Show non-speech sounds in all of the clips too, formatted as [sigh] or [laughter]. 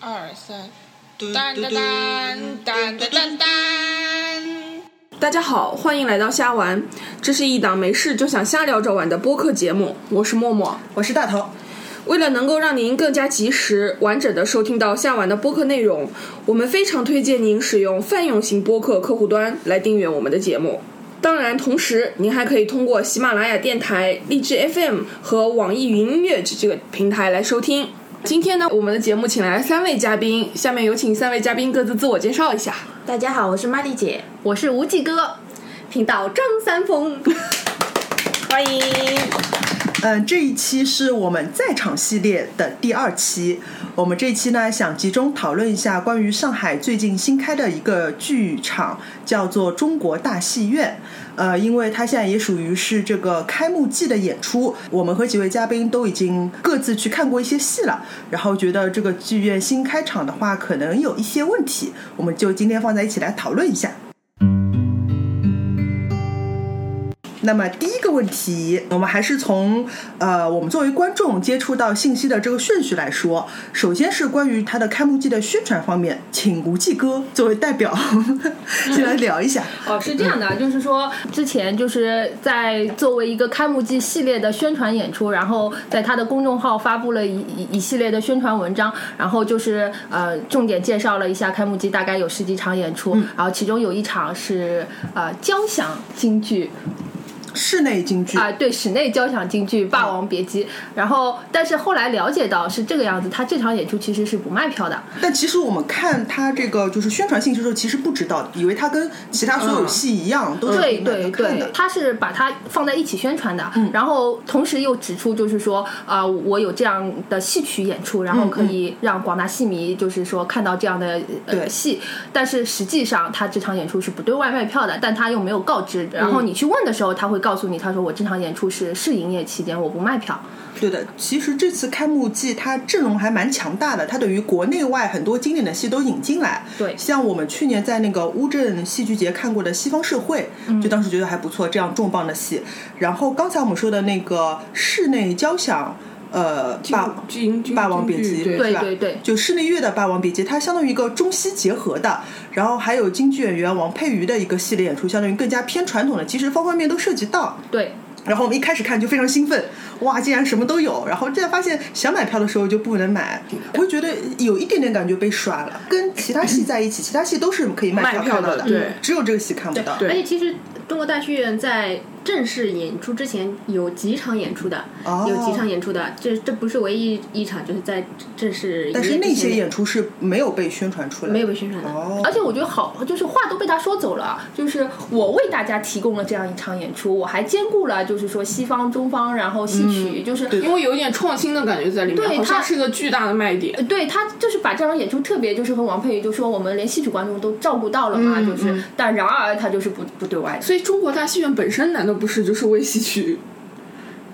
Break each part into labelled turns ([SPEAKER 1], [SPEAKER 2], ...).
[SPEAKER 1] 二三，当当当当当当当。
[SPEAKER 2] 大家好，欢迎来到虾玩，这是一档没事就想瞎聊着玩的播客节目，我是默默。
[SPEAKER 3] 我是大头，
[SPEAKER 2] 为了能够让您更加及时、完整的收听到下晚的播客内容，我们非常推荐您使用泛用型播客客户端来订阅我们的节目。当然，同时您还可以通过喜马拉雅电台、荔枝 FM 和网易云音乐这个平台来收听。今天呢，我们的节目请来了三位嘉宾，下面有请三位嘉宾各自自我介绍一下。
[SPEAKER 4] 大家好，我是玛丽姐。
[SPEAKER 5] 我是无忌哥，频道张三
[SPEAKER 4] [laughs]
[SPEAKER 5] 丰。
[SPEAKER 2] 欢迎！
[SPEAKER 3] 嗯，这一期是我们在场系列的第二期。我们这一期呢，想集中讨论一下关于上海最近新开的一个剧场，叫做中国大戏院。呃，因为它现在也属于是这个开幕季的演出，我们和几位嘉宾都已经各自去看过一些戏了，然后觉得这个剧院新开场的话，可能有一些问题，我们就今天放在一起来讨论一下。那么第一个问题，我们还是从呃，我们作为观众接触到信息的这个顺序来说，首先是关于它的开幕季的宣传方面，请无忌哥作为代表 [laughs] 先来聊一下。
[SPEAKER 5] 哦，是这样
[SPEAKER 4] 啊嗯
[SPEAKER 5] 的，就是说之前就是在作为一个开幕季系列的宣传演出，然后在他的公众号发布了一一一系列的宣传文章，然后就是呃重点介绍了一下开幕季大概有十几场演出，然后其中有一场是呃交响京剧。
[SPEAKER 3] 室内京剧，
[SPEAKER 5] 啊、对，室内交响京剧《霸王别姬》，然后但是后来了解到是这个样子，他这场演出其实是不卖票的，
[SPEAKER 3] 但其实我们看它这个就是宣传信息的时候，其实不知道，以为它跟其他所有戏一样，都
[SPEAKER 5] 嗯
[SPEAKER 3] 是
[SPEAKER 5] 对
[SPEAKER 3] 平等
[SPEAKER 5] 对
[SPEAKER 3] 的看嗯
[SPEAKER 5] 对
[SPEAKER 3] 的，。
[SPEAKER 5] 他是把它放在一起宣传的，然后同时又指出，就是说啊、我有这样的戏曲演出，然后可以让广大戏迷就是说看到这样的
[SPEAKER 3] 嗯对
[SPEAKER 5] 呃戏，但是实际上他这场演出是不对外卖票的，但他又没有告知，然
[SPEAKER 3] 嗯
[SPEAKER 5] 后你去问的时候，他会告诉你，他说我这场演出是试营业期间，我不卖票。
[SPEAKER 3] 对的，其实这次开幕季它阵容还蛮强大的，它对于国内外很多经典的戏都引进来。
[SPEAKER 5] 对
[SPEAKER 3] 像我们去年在那个乌镇戏剧节看过的《西方社会》，
[SPEAKER 5] 嗯
[SPEAKER 3] 就当时觉得还不错，这样重磅的戏。然后刚才我们说的那个室内交响，呃，霸
[SPEAKER 2] 京
[SPEAKER 3] 《霸王别姬》
[SPEAKER 2] 对，
[SPEAKER 3] 是吧？
[SPEAKER 5] 对对
[SPEAKER 3] 就室内乐的《霸王别姬》，它相当于一个中西结合的，然后还有京剧演员王佩瑜的一个系列演出，相当于更加偏传统的，其实方方面面都涉及到。
[SPEAKER 5] 对，
[SPEAKER 3] 然后我们一开始看就非常兴奋，哇，竟然什么都有。然后这才发现想买票的时候就不能买，我会觉得有一点点感觉被刷了。跟其他戏在一起，其他戏都是可以卖
[SPEAKER 2] 卖票
[SPEAKER 3] 看到
[SPEAKER 2] 的对
[SPEAKER 3] 只有这个戏看不到。
[SPEAKER 2] 对
[SPEAKER 4] 而且其实中国大剧院在正式演出之前有几场演出的，
[SPEAKER 3] 哦
[SPEAKER 4] 有几场演出的，这这不是唯一一场，就是在正式
[SPEAKER 3] 但是
[SPEAKER 4] 营业
[SPEAKER 3] 那
[SPEAKER 4] 之前
[SPEAKER 3] 些
[SPEAKER 4] 的
[SPEAKER 3] 演出是没有被宣传出来的，
[SPEAKER 4] 没有被宣传的。
[SPEAKER 3] 哦，
[SPEAKER 5] 而且我觉得好，就是话都被他说走了。啊就是我为大家提供了这样一场演出，我还兼顾了，就是说西方、中方，然后戏曲，就是
[SPEAKER 3] 嗯对
[SPEAKER 2] 嗯因为有一点创新的感觉在里面，
[SPEAKER 5] 对
[SPEAKER 2] 好像
[SPEAKER 5] 它
[SPEAKER 2] 是个巨大的卖
[SPEAKER 4] 呃
[SPEAKER 2] 点。
[SPEAKER 5] 对他就是把这场演出特别就是和王佩瑜就说我们连戏曲观众都照顾到了
[SPEAKER 3] 嗯
[SPEAKER 5] 嘛，就是、但然而他就是不不对外的。
[SPEAKER 2] 所以中国大戏院本身难道不是就是为戏曲？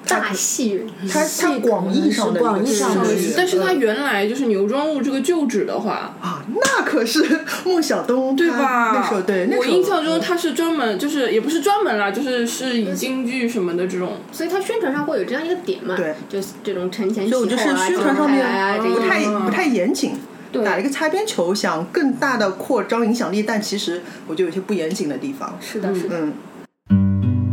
[SPEAKER 4] 大戏院，
[SPEAKER 3] 它它广义上的一个
[SPEAKER 4] 广义上
[SPEAKER 3] 宣
[SPEAKER 4] 的
[SPEAKER 3] 传
[SPEAKER 4] 一个
[SPEAKER 2] 但是它原来就是牛庄路这个旧址的话，
[SPEAKER 3] 啊，那可是孟小冬
[SPEAKER 2] 对
[SPEAKER 3] 他
[SPEAKER 2] 吧？
[SPEAKER 3] 那时候对，那
[SPEAKER 2] 我
[SPEAKER 3] 时候
[SPEAKER 2] 印象中它是专门就是也不是专门啦，就是是以京剧什么的这种。
[SPEAKER 4] 所以它宣传上会有这样一个点嘛？
[SPEAKER 3] 对，
[SPEAKER 4] 就是这种承前启
[SPEAKER 3] 所以
[SPEAKER 4] 后
[SPEAKER 3] 我
[SPEAKER 4] 啊，
[SPEAKER 3] 就是宣传上
[SPEAKER 4] 这种啊
[SPEAKER 3] 面
[SPEAKER 4] 这
[SPEAKER 3] 不
[SPEAKER 4] 种
[SPEAKER 3] 太
[SPEAKER 2] 嗯
[SPEAKER 3] 不太严谨。
[SPEAKER 5] 对
[SPEAKER 3] 打了一个擦边球，想更大的扩张影响力，但其实我觉得有些不严谨的地方。
[SPEAKER 5] 是的，是的。
[SPEAKER 3] 嗯。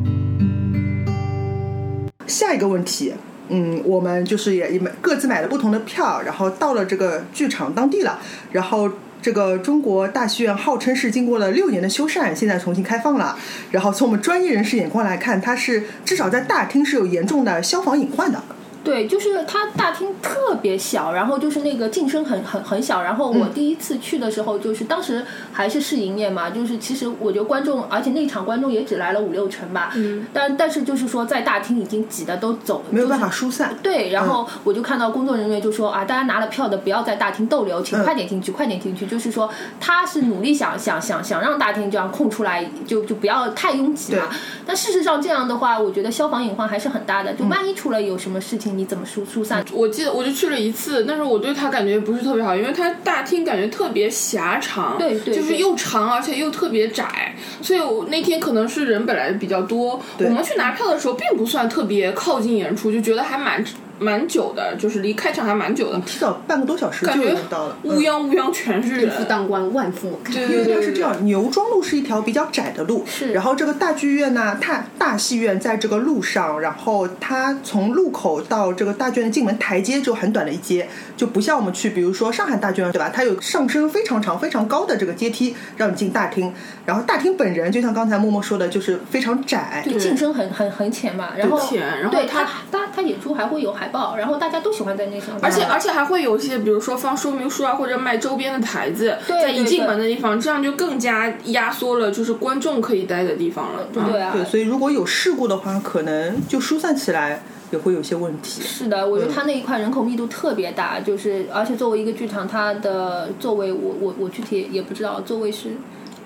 [SPEAKER 3] 下一个问题，嗯，我们就是也也买各自买了不同的票，然后到了这个剧场当地了，然后。这个中国大剧院号称是经过了六年的修缮，现在重新开放了。然后从我们专业人士眼光来看，它是至少在大厅是有严重的消防隐患的。
[SPEAKER 5] 对，就是它大厅特别小，然后就是那个晋升很很很小。然后
[SPEAKER 3] 嗯
[SPEAKER 5] 我第一次去的时候，就是当时还是试营业嘛，就是其实我觉得观众，而且那场观众也只来了五六成吧。嗯。但但是就是说，在大厅已经挤得都走，
[SPEAKER 3] 没有办
[SPEAKER 5] 就是
[SPEAKER 3] 法疏散。
[SPEAKER 5] 对，
[SPEAKER 2] 嗯
[SPEAKER 5] 然后我就看到工作人员就说啊，大家拿了票的不要在大厅逗留，请
[SPEAKER 2] 嗯
[SPEAKER 5] 快点进去，快点进去。就是说他是努力想想想想让大厅这样空出来，就就不要太拥挤嘛
[SPEAKER 3] 对。
[SPEAKER 5] 但事实上这样的话，我觉得消防隐患还是很大的。
[SPEAKER 2] 嗯
[SPEAKER 5] 就万一出了有什么事情，你怎么疏疏散？
[SPEAKER 2] 我记得我就去了一次，但是我对它感觉不是特别好，因为它大厅感觉特别狭长，
[SPEAKER 5] 对对
[SPEAKER 2] 就是
[SPEAKER 5] 对
[SPEAKER 2] 又长而且又特别窄，所以我那天可能是人本来比较多，我们去拿票的时候并不算特别靠近演出，就觉得还蛮蛮久的，就是离开场还蛮久的，
[SPEAKER 3] 提早半个多小时
[SPEAKER 2] 感
[SPEAKER 3] 嗯就
[SPEAKER 2] 觉
[SPEAKER 3] 到了。嗯
[SPEAKER 2] 乌泱乌泱全是
[SPEAKER 4] 一夫
[SPEAKER 2] 人。
[SPEAKER 4] 嗯当关，万夫莫开。
[SPEAKER 2] 对
[SPEAKER 3] 因
[SPEAKER 2] 对
[SPEAKER 3] 为
[SPEAKER 2] 对，
[SPEAKER 3] 它是
[SPEAKER 2] 对
[SPEAKER 3] 这。样，牛庄路是一条比较窄的路，
[SPEAKER 4] 是
[SPEAKER 3] 然后这个大剧院呢，大大戏院在这个路上，然后它从路口到这个大剧院的进门台阶就很短的一阶，就不像我们去，比如说上海大剧院，对吧？它有上升非常长、非常高的这个阶梯让你进大厅，然后大厅本人就像刚才默默说的，就是非常窄，
[SPEAKER 5] 对，晋升很很很浅嘛，然后
[SPEAKER 2] 浅然后
[SPEAKER 5] 对
[SPEAKER 2] 它
[SPEAKER 5] 它它它演出还会有海报，然后大家都喜欢在那上面，
[SPEAKER 2] 而且而且还会有一些，比如说放说明书啊，或者卖周边的台子，
[SPEAKER 5] 对
[SPEAKER 2] 在一
[SPEAKER 5] 对
[SPEAKER 2] 进
[SPEAKER 5] 对
[SPEAKER 2] 门的地方，这样就更加压缩了，就是观众可以待的地方了。
[SPEAKER 5] 对啊，
[SPEAKER 3] 对，所以如果有事故的话，可能就疏散起来也会有些问题。
[SPEAKER 5] 是的，我觉
[SPEAKER 3] 嗯
[SPEAKER 5] 得它那一块人口密度特别大，就是而且作为一个剧场，它的座位我我我具体也不知道座位是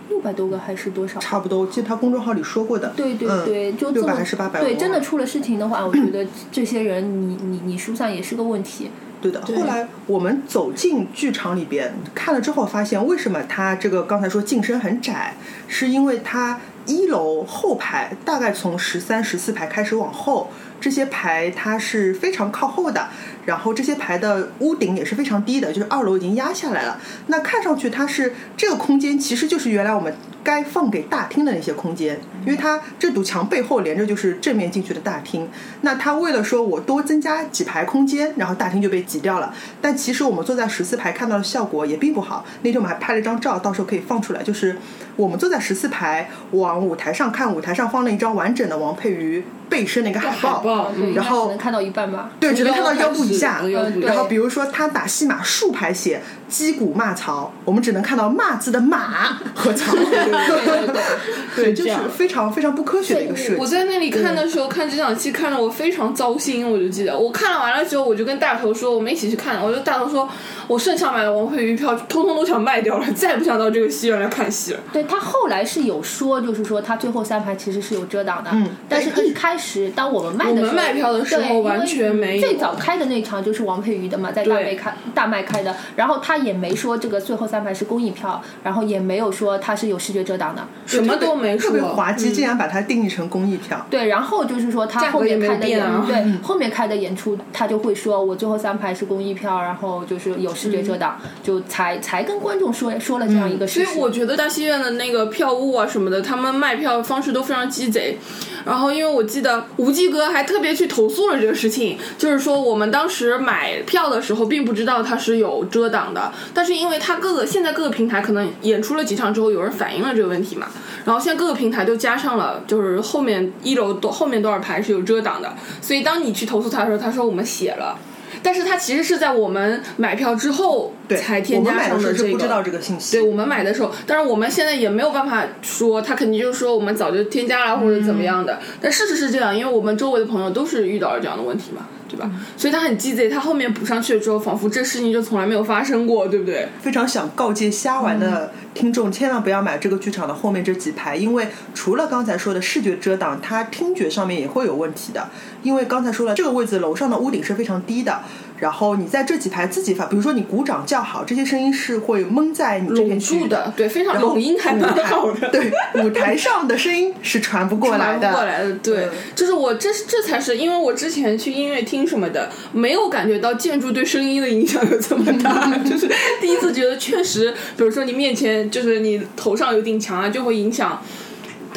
[SPEAKER 5] 六百多个还是多少。
[SPEAKER 3] 差不多，我记得他公众号里说过的。嗯
[SPEAKER 5] 对对对，就这
[SPEAKER 3] 六
[SPEAKER 5] 么
[SPEAKER 3] 百还是八百？
[SPEAKER 5] 对，真的出了事情的话，我觉得这些人你你你疏散也是个问题。
[SPEAKER 3] 对的。后来我们走进剧场里边看了之后，发现为什么它这个刚才说进深很窄，是因为它一楼后排大概从十三、十四排开始往后，这些排它是非常靠后的，然后这些排的屋顶也是非常低的，就是二楼已经压下来了。那看上去它是这个空间，其实就是原来我们该放给大厅的那些空间，因为它这堵墙背后连着就是正面进去的大厅。那它为了说我多增加几排空间，然后大厅就被挤掉了。但其实我们坐在十四排看到的效果也并不好。那天我们还拍了一张照，到时候可以放出来，就是我们坐在十四排往舞台上看，舞台上放了一张完整的王佩瑜背身的一个海报。
[SPEAKER 2] 海报嗯
[SPEAKER 5] 应该
[SPEAKER 3] 然后
[SPEAKER 5] 只能看到一半吧。
[SPEAKER 3] 对，只能看到腰部以下，
[SPEAKER 2] 从腰开始
[SPEAKER 5] 嗯对
[SPEAKER 3] 然后比如说他打戏码竖排写击鼓骂曹，我们只能看到骂字的马和曹， [laughs] 对，
[SPEAKER 2] 这
[SPEAKER 3] 就是
[SPEAKER 2] 样
[SPEAKER 3] 非常非常不科学的一个设
[SPEAKER 2] 我
[SPEAKER 3] 计。
[SPEAKER 2] 在那里看的时候，看这场戏看得我非常糟心，我就记得我看了完了之后，我就跟大头说，我们一起去看，我就大头说，我剩下买的王菲鱼票通通都想卖掉了，再也不想到这个戏院来看戏了。
[SPEAKER 5] 对他后来是有说，就是说他最后三排其实是有遮挡的，
[SPEAKER 3] 嗯
[SPEAKER 5] 但是一开始当我们卖的时候，
[SPEAKER 2] 哎我们卖票的时候
[SPEAKER 5] 对因为
[SPEAKER 2] 完全没有
[SPEAKER 5] 最早开的那场就是王佩瑜的嘛，在大
[SPEAKER 2] 对
[SPEAKER 5] 麦开大麦开的，然后他也没说这个最后三排是公益票，然后也没有说它是有视觉遮挡的。
[SPEAKER 2] 什么都没说嗯
[SPEAKER 3] 特别，滑稽，竟然把它定义成公益票。
[SPEAKER 5] 对，然后就是说他
[SPEAKER 2] 价格
[SPEAKER 5] 后面
[SPEAKER 2] 也没
[SPEAKER 5] 开的
[SPEAKER 2] 变
[SPEAKER 5] 演、
[SPEAKER 2] 啊
[SPEAKER 5] 对后面开的演出，他就会说我最后三排是公益票，然后就是有视觉遮挡，就才才跟观众说说了这样一个
[SPEAKER 2] 嗯所
[SPEAKER 5] 事
[SPEAKER 2] 以
[SPEAKER 5] 实。
[SPEAKER 2] 我觉得大戏院的那个票务啊什么的，他们卖票方式都非常鸡贼。然后，因为我记得无忌哥还特别去投诉了这个事情，就是说我们当时买票的时候并不知道它是有遮挡的，但是因为它各个现在各个平台可能演出了几场之后，有人反映了这个问题嘛，然后现在各个平台都加上了，就是后面一楼多后面多少排是有遮挡的，所以当你去投诉他的时候，他说我们写了。但是他其实是在我们买票之后
[SPEAKER 3] 对，
[SPEAKER 2] 才添
[SPEAKER 3] 我们
[SPEAKER 2] 加
[SPEAKER 3] 买
[SPEAKER 2] 上
[SPEAKER 3] 的时候
[SPEAKER 2] 这
[SPEAKER 3] 是
[SPEAKER 2] 个，
[SPEAKER 3] 不知道这个信息。
[SPEAKER 2] 对我们买的时候，当然我们现在也没有办法说他肯定就是说我们早就添加了或者怎么样的，
[SPEAKER 3] 嗯
[SPEAKER 2] 但事实是这样，因为我们周围的朋友都是遇到了这样的问题嘛，对
[SPEAKER 3] 嗯
[SPEAKER 2] 吧？所以他很鸡贼，他后面补上去了之后，仿佛这事情就从来没有发生过，对不对？
[SPEAKER 3] 非常想告诫瞎
[SPEAKER 2] 嗯
[SPEAKER 3] 玩的听众，千万不要买这个剧场的后面这几排，因为除了刚才说的视觉遮挡，它听觉上面也会有问题的。因为刚才说了，这个位置楼上的屋顶是非常低的，然后你在这几排自己发，比如说你鼓掌叫好，这些声音是会蒙在你这
[SPEAKER 2] 拢
[SPEAKER 3] 片区
[SPEAKER 2] 住
[SPEAKER 3] 域
[SPEAKER 2] 的，。对，非常
[SPEAKER 3] 然后
[SPEAKER 2] 拢音还蛮
[SPEAKER 3] 舞台
[SPEAKER 2] 好的，
[SPEAKER 3] 对，舞台上的声音是传不过来
[SPEAKER 2] 传
[SPEAKER 3] 的。
[SPEAKER 2] 不过来的，对
[SPEAKER 3] 嗯，
[SPEAKER 2] 就是我这是这才是因为我之前去音乐厅什么的，没有感觉到建筑对声音的影响有这么
[SPEAKER 3] [laughs]
[SPEAKER 2] 大，就是第一次觉得确实，比如说你面前就是你头上有顶墙啊，就会影响。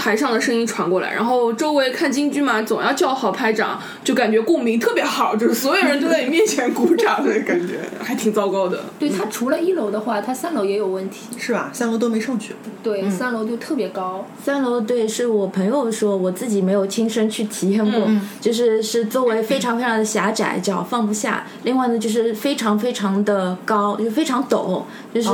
[SPEAKER 2] 台上的声音传过来，然后周围看京剧嘛，总要叫好拍掌，就感觉共鸣特别好，就是所有人都在你面前鼓掌的感觉，还挺糟糕的。
[SPEAKER 5] 对它除了一楼的话，它三楼也有问题。
[SPEAKER 3] 是吧？三楼都没上去，
[SPEAKER 5] 对，
[SPEAKER 2] 嗯
[SPEAKER 5] 三楼就特别高。
[SPEAKER 6] 三楼对，是我朋友说，我自己没有亲身去体验过，
[SPEAKER 2] 嗯
[SPEAKER 6] 就是是座位非常非常的狭窄，脚放不下。另外呢，就是非常非常的高，就非常陡，
[SPEAKER 2] 哦
[SPEAKER 6] 就是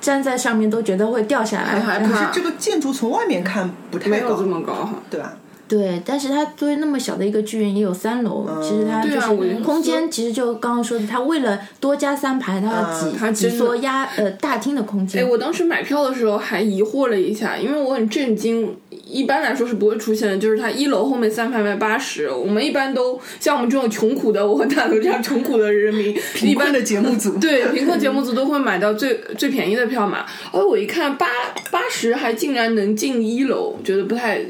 [SPEAKER 6] 站在上面都觉得会掉下来。
[SPEAKER 2] 很害
[SPEAKER 6] 然后
[SPEAKER 2] 怕，
[SPEAKER 3] 哎这个建筑从外面看不
[SPEAKER 2] 没
[SPEAKER 3] 太
[SPEAKER 2] 有
[SPEAKER 3] 高
[SPEAKER 2] 这，么高哈。
[SPEAKER 3] 对吧？
[SPEAKER 6] 对，但是它作为那么小的一个剧院，也有三楼，其实它
[SPEAKER 2] 对
[SPEAKER 6] 就
[SPEAKER 2] 啊我觉
[SPEAKER 6] 是
[SPEAKER 2] 得
[SPEAKER 6] 空间，其实就刚刚说的，它为了多加三排，它要挤、
[SPEAKER 2] 嗯它
[SPEAKER 6] 挤
[SPEAKER 2] 真的
[SPEAKER 6] 缩压呃大厅的空间。
[SPEAKER 2] 哎，我当时买票的时候还疑惑了一下，因为我很震惊。一般来说是不会出现的，就是它一楼后面三排卖八十，我们一般都像我们这种穷苦的，我 [laughs] 和大头这样穷苦的人民，一
[SPEAKER 3] 一
[SPEAKER 2] 般
[SPEAKER 3] 般的节目组，
[SPEAKER 2] 对贫困节目组都会买到最最便宜的票嘛。哦，我一看八八十还竟然能进一楼，觉得不太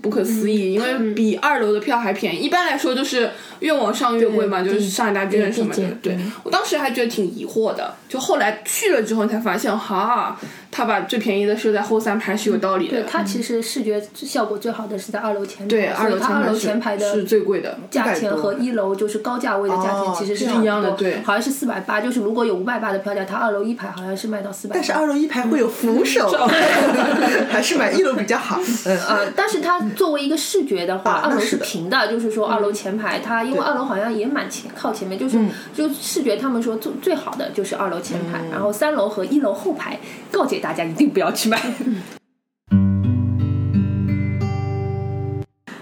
[SPEAKER 2] 不可思
[SPEAKER 5] 嗯
[SPEAKER 2] 议，因为比二楼的票还便宜。一般来说就是越往上越贵嘛，
[SPEAKER 6] 对
[SPEAKER 2] 就是上海大剧院什么的
[SPEAKER 6] 对对。
[SPEAKER 2] 对我当时还觉得挺疑惑的，就后来去了之后才发现，哈，他把最便宜的设在后三排是有道理的。
[SPEAKER 5] 对，它其实视觉效果最好的是在二楼前排，
[SPEAKER 2] 嗯对
[SPEAKER 5] 所
[SPEAKER 2] 二
[SPEAKER 5] 以
[SPEAKER 2] 楼
[SPEAKER 5] 它
[SPEAKER 2] 前
[SPEAKER 5] 二
[SPEAKER 2] 排
[SPEAKER 5] 楼
[SPEAKER 2] 是
[SPEAKER 5] 前排
[SPEAKER 2] 是
[SPEAKER 5] 的
[SPEAKER 2] 最贵的。
[SPEAKER 5] 价钱和一楼就是高价位的价钱
[SPEAKER 3] 哦
[SPEAKER 5] 其实
[SPEAKER 3] 是
[SPEAKER 5] 差不多
[SPEAKER 2] 一样的对
[SPEAKER 5] 好像是四百八，就是如果有五百八的票价，它二楼一排好像是卖到四百。
[SPEAKER 3] 但是二楼一排会
[SPEAKER 6] 嗯
[SPEAKER 3] 有扶手， [laughs] 还是买一楼比较好。嗯啊，
[SPEAKER 5] 呃，但是它作为一个视觉的话，
[SPEAKER 3] 啊
[SPEAKER 5] 二楼
[SPEAKER 3] 那是
[SPEAKER 5] 是
[SPEAKER 3] 的
[SPEAKER 5] 平的，就是说
[SPEAKER 2] 嗯
[SPEAKER 5] 二楼前排，它因为二楼好像也蛮前靠前面，就是、就视觉他们说最最好的就是二楼前排，
[SPEAKER 2] 嗯
[SPEAKER 5] 然后三楼和一楼后排，告诫大家一定不要去买。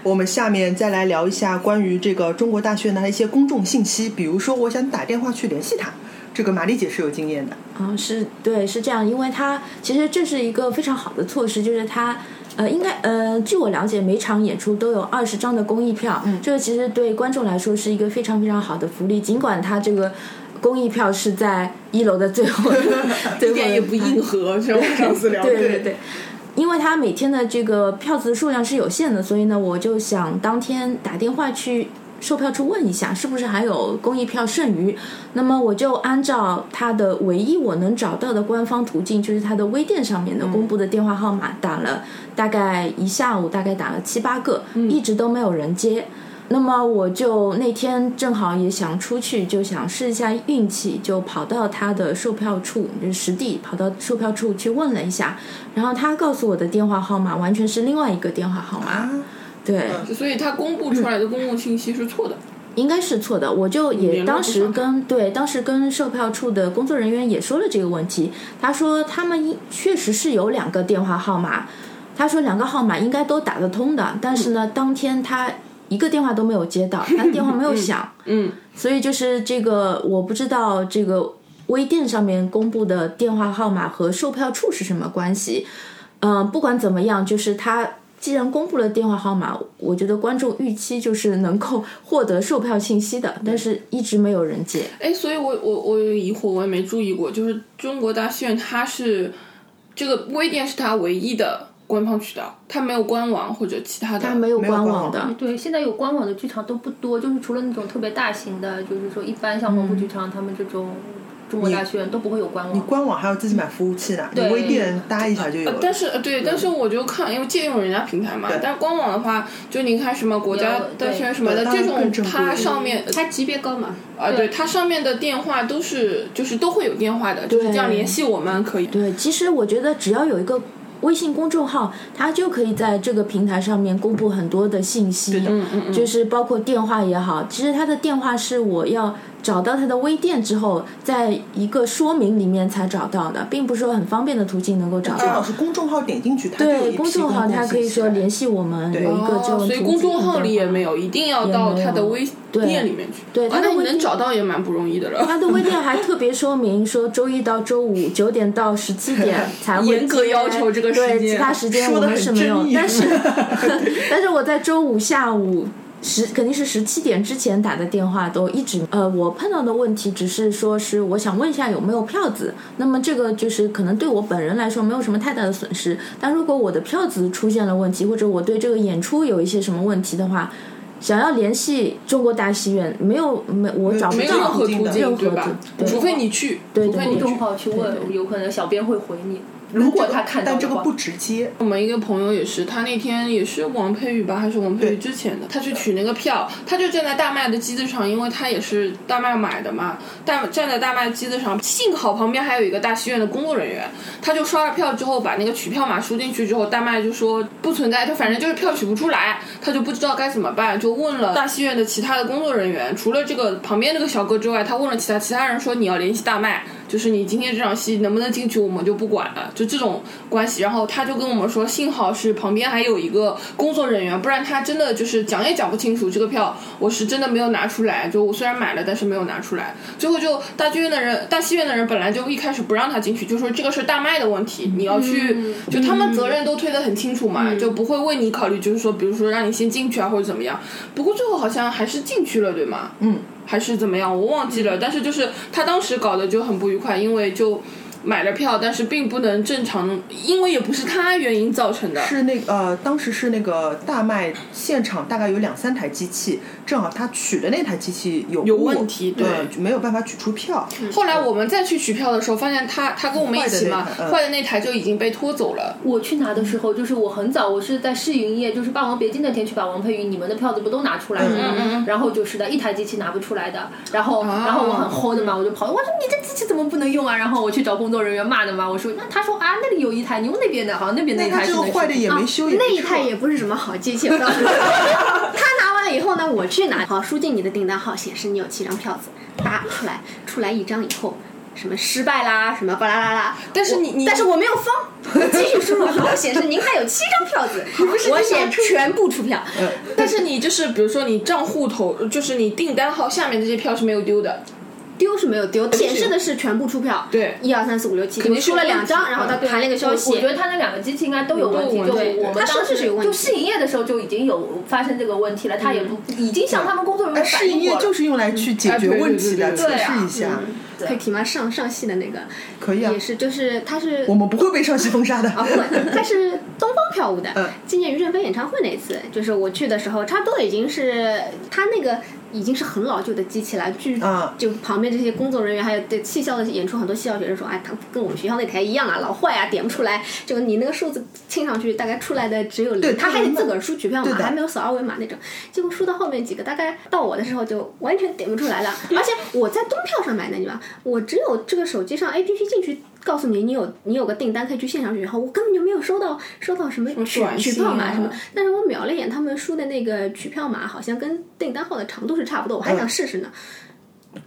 [SPEAKER 3] 我们下面再来聊一下关于这个中国大学院的一些公众信息，比如说我想打电话去联系他，这个玛丽姐是有经验的。
[SPEAKER 6] 嗯，是对，是这样，因为它其实这是一个非常好的措施，就是它。呃，应该呃，据我了解，每场演出都有二十张的公益票，
[SPEAKER 2] 嗯
[SPEAKER 6] 这个其实对观众来说是一个非常非常好的福利。尽管它这个公益票是在一楼的
[SPEAKER 2] [laughs]
[SPEAKER 6] 最后，最后
[SPEAKER 2] 一点也不硬核，是我们上次聊的。
[SPEAKER 6] 对对对，因为他每天的这个票子数量是有限的，所以呢，我就想当天打电话去。售票处问一下，是不是还有公益票剩余？那么我就按照他的唯一我能找到的官方途径，就是他的微店上面的公布的电话号码，打了大概一下午，大概打了七八个，一直都没有人接。那么我就那天正好也想出去，就想试一下运气，就跑到他的售票处，就是实地跑到售票处去问了一下，然后他告诉我的电话号码完全是另外一个电话号码，
[SPEAKER 3] 啊
[SPEAKER 6] 对，
[SPEAKER 2] 所以他公布出来的公共信息是错的。
[SPEAKER 6] 应该是错的。我就也
[SPEAKER 2] 联络不
[SPEAKER 6] 当时
[SPEAKER 2] 上
[SPEAKER 6] 跟对当时跟售票处的工作人员也说了这个问题，他说他们一确实是有两个电话号码，他说两个号码应该都打得通的，但是
[SPEAKER 2] 嗯
[SPEAKER 6] 呢，当天他一个电话都没有
[SPEAKER 2] [laughs]
[SPEAKER 6] 接到，他电话没有响，
[SPEAKER 2] 嗯，
[SPEAKER 6] 所以就是这个我不知道这个微店上面公布的电话号码和售票处是什么关系，嗯、不管怎么样，就是他既然公布了电话号码，我觉得观众预期就是能够获得售票信息的，但是一直没有人接。
[SPEAKER 2] 哎，所以我我我有疑惑，我也没注意过，就是中国大戏院它是这个微店是它唯一的官方渠道，它没有官网或者其他的。
[SPEAKER 6] 他没有
[SPEAKER 3] 没有官
[SPEAKER 6] 官
[SPEAKER 3] 网
[SPEAKER 6] 网的，
[SPEAKER 5] 对，现在有官网的剧场都不多，就是除了那种特别大型的，就是说一般像黄埔剧场、他们这种中国大剧院都不会有官
[SPEAKER 3] 嗯你
[SPEAKER 5] 网。
[SPEAKER 3] 官网还要自己买服务器呢，你
[SPEAKER 5] 对
[SPEAKER 3] 微店搭一下就有了。
[SPEAKER 2] 但是呃对，但是我就看，因为借用人家平台嘛。但是官网的话，就你看什么国
[SPEAKER 5] 有
[SPEAKER 2] 家大
[SPEAKER 5] 对
[SPEAKER 2] 学院什么的，
[SPEAKER 3] 对当
[SPEAKER 2] 这
[SPEAKER 3] 然
[SPEAKER 2] 种
[SPEAKER 3] 更正规
[SPEAKER 2] 它上面
[SPEAKER 1] 它级别高嘛？
[SPEAKER 2] 啊，对，它上面的电话都是就是都会有电话的，就是这样联系我们可以。
[SPEAKER 6] 对，其实我觉得只要有一个微信公众号，它就可以在这个平台上面公布很多的信息，
[SPEAKER 2] 嗯嗯嗯，
[SPEAKER 6] 就是包括电话也好。其实他的电话是我要找到他的微店之后，在一个说明里面才找到的，并不是说很方便的途径能够找
[SPEAKER 3] 最好
[SPEAKER 6] 到。
[SPEAKER 3] 是公众号点进去，它就有一
[SPEAKER 6] 对
[SPEAKER 3] 批
[SPEAKER 6] 公众号，
[SPEAKER 3] 公
[SPEAKER 6] 它可以
[SPEAKER 3] 信息
[SPEAKER 6] 说
[SPEAKER 3] 了
[SPEAKER 6] 联系我们有
[SPEAKER 3] 对
[SPEAKER 6] 一个这
[SPEAKER 2] 哦
[SPEAKER 6] 种途
[SPEAKER 2] 所
[SPEAKER 6] 径。
[SPEAKER 2] 以公众号里也没有，
[SPEAKER 6] 有。
[SPEAKER 2] 一定要到它的微店里面去。对
[SPEAKER 6] 它的
[SPEAKER 2] 啊那你
[SPEAKER 6] 微
[SPEAKER 2] 能
[SPEAKER 6] 店
[SPEAKER 2] 找到也蛮不容易的了。
[SPEAKER 6] [laughs] 他的微店还特别说明说，周一到周五九点到十七
[SPEAKER 2] [laughs]
[SPEAKER 6] 点才会
[SPEAKER 2] 严格
[SPEAKER 6] 接
[SPEAKER 2] 要求这个时间
[SPEAKER 6] 对其他时间
[SPEAKER 3] 说
[SPEAKER 6] 我
[SPEAKER 3] 得很
[SPEAKER 6] 们是没有
[SPEAKER 3] 正义， [laughs]
[SPEAKER 6] 但是 [laughs] 但是我在周五下午。十肯定是十七点之前打的电话都一直呃，我碰到的问题只是说是我想问一下有没有票子，那么这个就是可能对我本人来说没有什么太大的损失，但如果我的票子出现了问题，或者我对这个演出有一些什么问题的话，想要联系中国大戏院没有没我找不
[SPEAKER 2] 没有
[SPEAKER 6] 到
[SPEAKER 2] 任何途
[SPEAKER 3] 没有
[SPEAKER 2] 径，
[SPEAKER 6] 任
[SPEAKER 2] 对
[SPEAKER 6] 何
[SPEAKER 2] 吧
[SPEAKER 6] 途？对
[SPEAKER 2] 除非你去，
[SPEAKER 6] 对
[SPEAKER 2] 除非你
[SPEAKER 5] 公众。
[SPEAKER 2] 去
[SPEAKER 5] 号去
[SPEAKER 6] 对
[SPEAKER 5] 问，有可能小编会回你。如果他看到的
[SPEAKER 3] 但嗯这个
[SPEAKER 5] 话
[SPEAKER 3] 不直接，
[SPEAKER 2] 我们一个朋友也是，他那天也是王佩瑜吧，还是王佩
[SPEAKER 3] 对
[SPEAKER 2] 瑜之前的，他去取那个票，他就站在大麦的机子上，因为他也是大麦买的嘛，大站在大麦机子上，幸好旁边还有一个大戏院的工作人员，他就刷了票之后，把那个取票码输进去之后，大麦就说不存在，就反正就是票取不出来，他就不知道该怎么办，就问了大戏院的其他的工作人员，除了这个旁边那个小哥之外，他问了其他其他人说你要联系大麦，就是你今天这场戏能不能进去，我们就不管了，就这种关系。然后他就跟我们说，幸好是旁边还有一个工作人员，不然他真的就是讲也讲不清楚。这个票我是真的没有拿出来，就我虽然买了，但是没有拿出来。最后就大剧院的人、大戏院的人本来就一开始不让他进去，就说这个是大麦的问题，你要去，就他们责任都推得很清楚嘛，就不会为你考虑，就是说，比如说让你先进去啊或者怎么样。不过最后好像还是进去了，对吗？嗯。还是怎么样，我忘记了。但是就是他当时搞得就很不愉快，因为就买了票，但是并不能正常，因为也不是他原因造成的。
[SPEAKER 3] 是那个呃，当时是那个大麦现场大概有两三台机器，正好他取的那台机器有
[SPEAKER 2] 有
[SPEAKER 3] 误
[SPEAKER 2] 问题
[SPEAKER 3] 对，
[SPEAKER 2] 对嗯
[SPEAKER 3] 就没有办法取出票。
[SPEAKER 2] 后来我们再去取票的时候，发现他他跟我们一起嘛
[SPEAKER 3] 坏的那台，嗯
[SPEAKER 2] 坏的那台就已经被拖走了。
[SPEAKER 5] 我去拿的时
[SPEAKER 3] 嗯
[SPEAKER 5] 候，就是我很早，我是在试营业，就是《霸王别姬》那天去把王佩瑜你们的票子不都拿出来
[SPEAKER 3] 嗯
[SPEAKER 5] 了吗？然后就是的，一台机器拿不出来的，然
[SPEAKER 3] 哦
[SPEAKER 5] 后、然后我很齁的嘛，我就跑，我说你这机器怎么不能用啊？然后我去找工作人员骂的嘛，我说那他说啊那里有一台，你用那边的，好像那边的一
[SPEAKER 3] 那他
[SPEAKER 5] 台
[SPEAKER 3] 这
[SPEAKER 5] 是
[SPEAKER 3] 个坏的也没修，也
[SPEAKER 4] 那
[SPEAKER 3] 没
[SPEAKER 4] 一台
[SPEAKER 3] 撤
[SPEAKER 4] 也不是什么好 [laughs] 机器，我告诉你。他拿完以后呢，我去拿，好，输进你的订单号，显示你有七张票子，打出来，出来一张以后，什么失败啦，什么巴拉啦啦。
[SPEAKER 2] 但是
[SPEAKER 4] 我
[SPEAKER 2] 你你
[SPEAKER 4] 但是我没有方，我继续输入，好，显示您还有七张票 [laughs] 子，我嗯写全部出票。
[SPEAKER 2] 但是你就是比如说你账户头，就是你订单号下面这些票是没有丢的，
[SPEAKER 4] 丢是没有丢，显示的是全部出票。
[SPEAKER 2] 对
[SPEAKER 4] 一二三四五六七，
[SPEAKER 2] 肯定
[SPEAKER 4] 我
[SPEAKER 2] 是有
[SPEAKER 4] 输了
[SPEAKER 2] 问题
[SPEAKER 4] 两张，然嗯后他弹了一个消
[SPEAKER 5] 我我觉
[SPEAKER 4] 息。
[SPEAKER 5] 得他那两个机器应该都有问题，
[SPEAKER 2] 有
[SPEAKER 5] 就
[SPEAKER 2] 问题
[SPEAKER 5] 我们
[SPEAKER 4] 他
[SPEAKER 5] 当
[SPEAKER 4] 设置是
[SPEAKER 5] 时
[SPEAKER 4] 有问题
[SPEAKER 5] 就试营业的时候就已经有发生这个问题了，他也不已经向他们工作人
[SPEAKER 3] 哎，
[SPEAKER 5] 员
[SPEAKER 3] 试
[SPEAKER 5] 反
[SPEAKER 3] 营
[SPEAKER 5] 映
[SPEAKER 3] 业
[SPEAKER 5] 过了
[SPEAKER 3] 就。是用来去解
[SPEAKER 2] 哎
[SPEAKER 3] 决
[SPEAKER 2] 对对
[SPEAKER 3] 问题的，
[SPEAKER 2] 对
[SPEAKER 3] 测
[SPEAKER 5] 对对对
[SPEAKER 3] 试一下
[SPEAKER 4] 可以提吗？上上戏的那个
[SPEAKER 3] 可以啊
[SPEAKER 4] 也。是，就是他是
[SPEAKER 3] 我们不会被上戏封杀的。
[SPEAKER 4] 啊，不会，他是东方票务的
[SPEAKER 3] 嗯。
[SPEAKER 4] 纪念于正非演唱会那次，就是我去的时候，差不多已经是他那个已经是很老旧的机器了。据
[SPEAKER 3] 啊
[SPEAKER 4] 就旁边这些工作人员还有对戏校的演出，很多戏校学生说，哎，他跟我们学校那台一样啊，老坏啊，点不出来。就你那个数字清上去，大概出来的只有
[SPEAKER 3] 对
[SPEAKER 4] 零，他
[SPEAKER 3] 他
[SPEAKER 4] 还得
[SPEAKER 3] 们
[SPEAKER 4] 自个儿输取票
[SPEAKER 3] 对
[SPEAKER 4] 码，
[SPEAKER 3] 的
[SPEAKER 4] 还没有扫二维码那种。结果输到后面几个，大概到我的时候就完全点不出来了。而且我在东票上买的，你知道吧，我只有这个手机上 APP 进去。告诉你，你有你有个订单可以去现场取，然后我根本就没有收到收到什么取
[SPEAKER 2] 短
[SPEAKER 4] 取
[SPEAKER 2] 信
[SPEAKER 4] 票
[SPEAKER 2] 啊
[SPEAKER 4] 码什么，但是我瞄了一眼他们输的那个取票码，好像跟订单号的长度是差不多，我还想试试呢，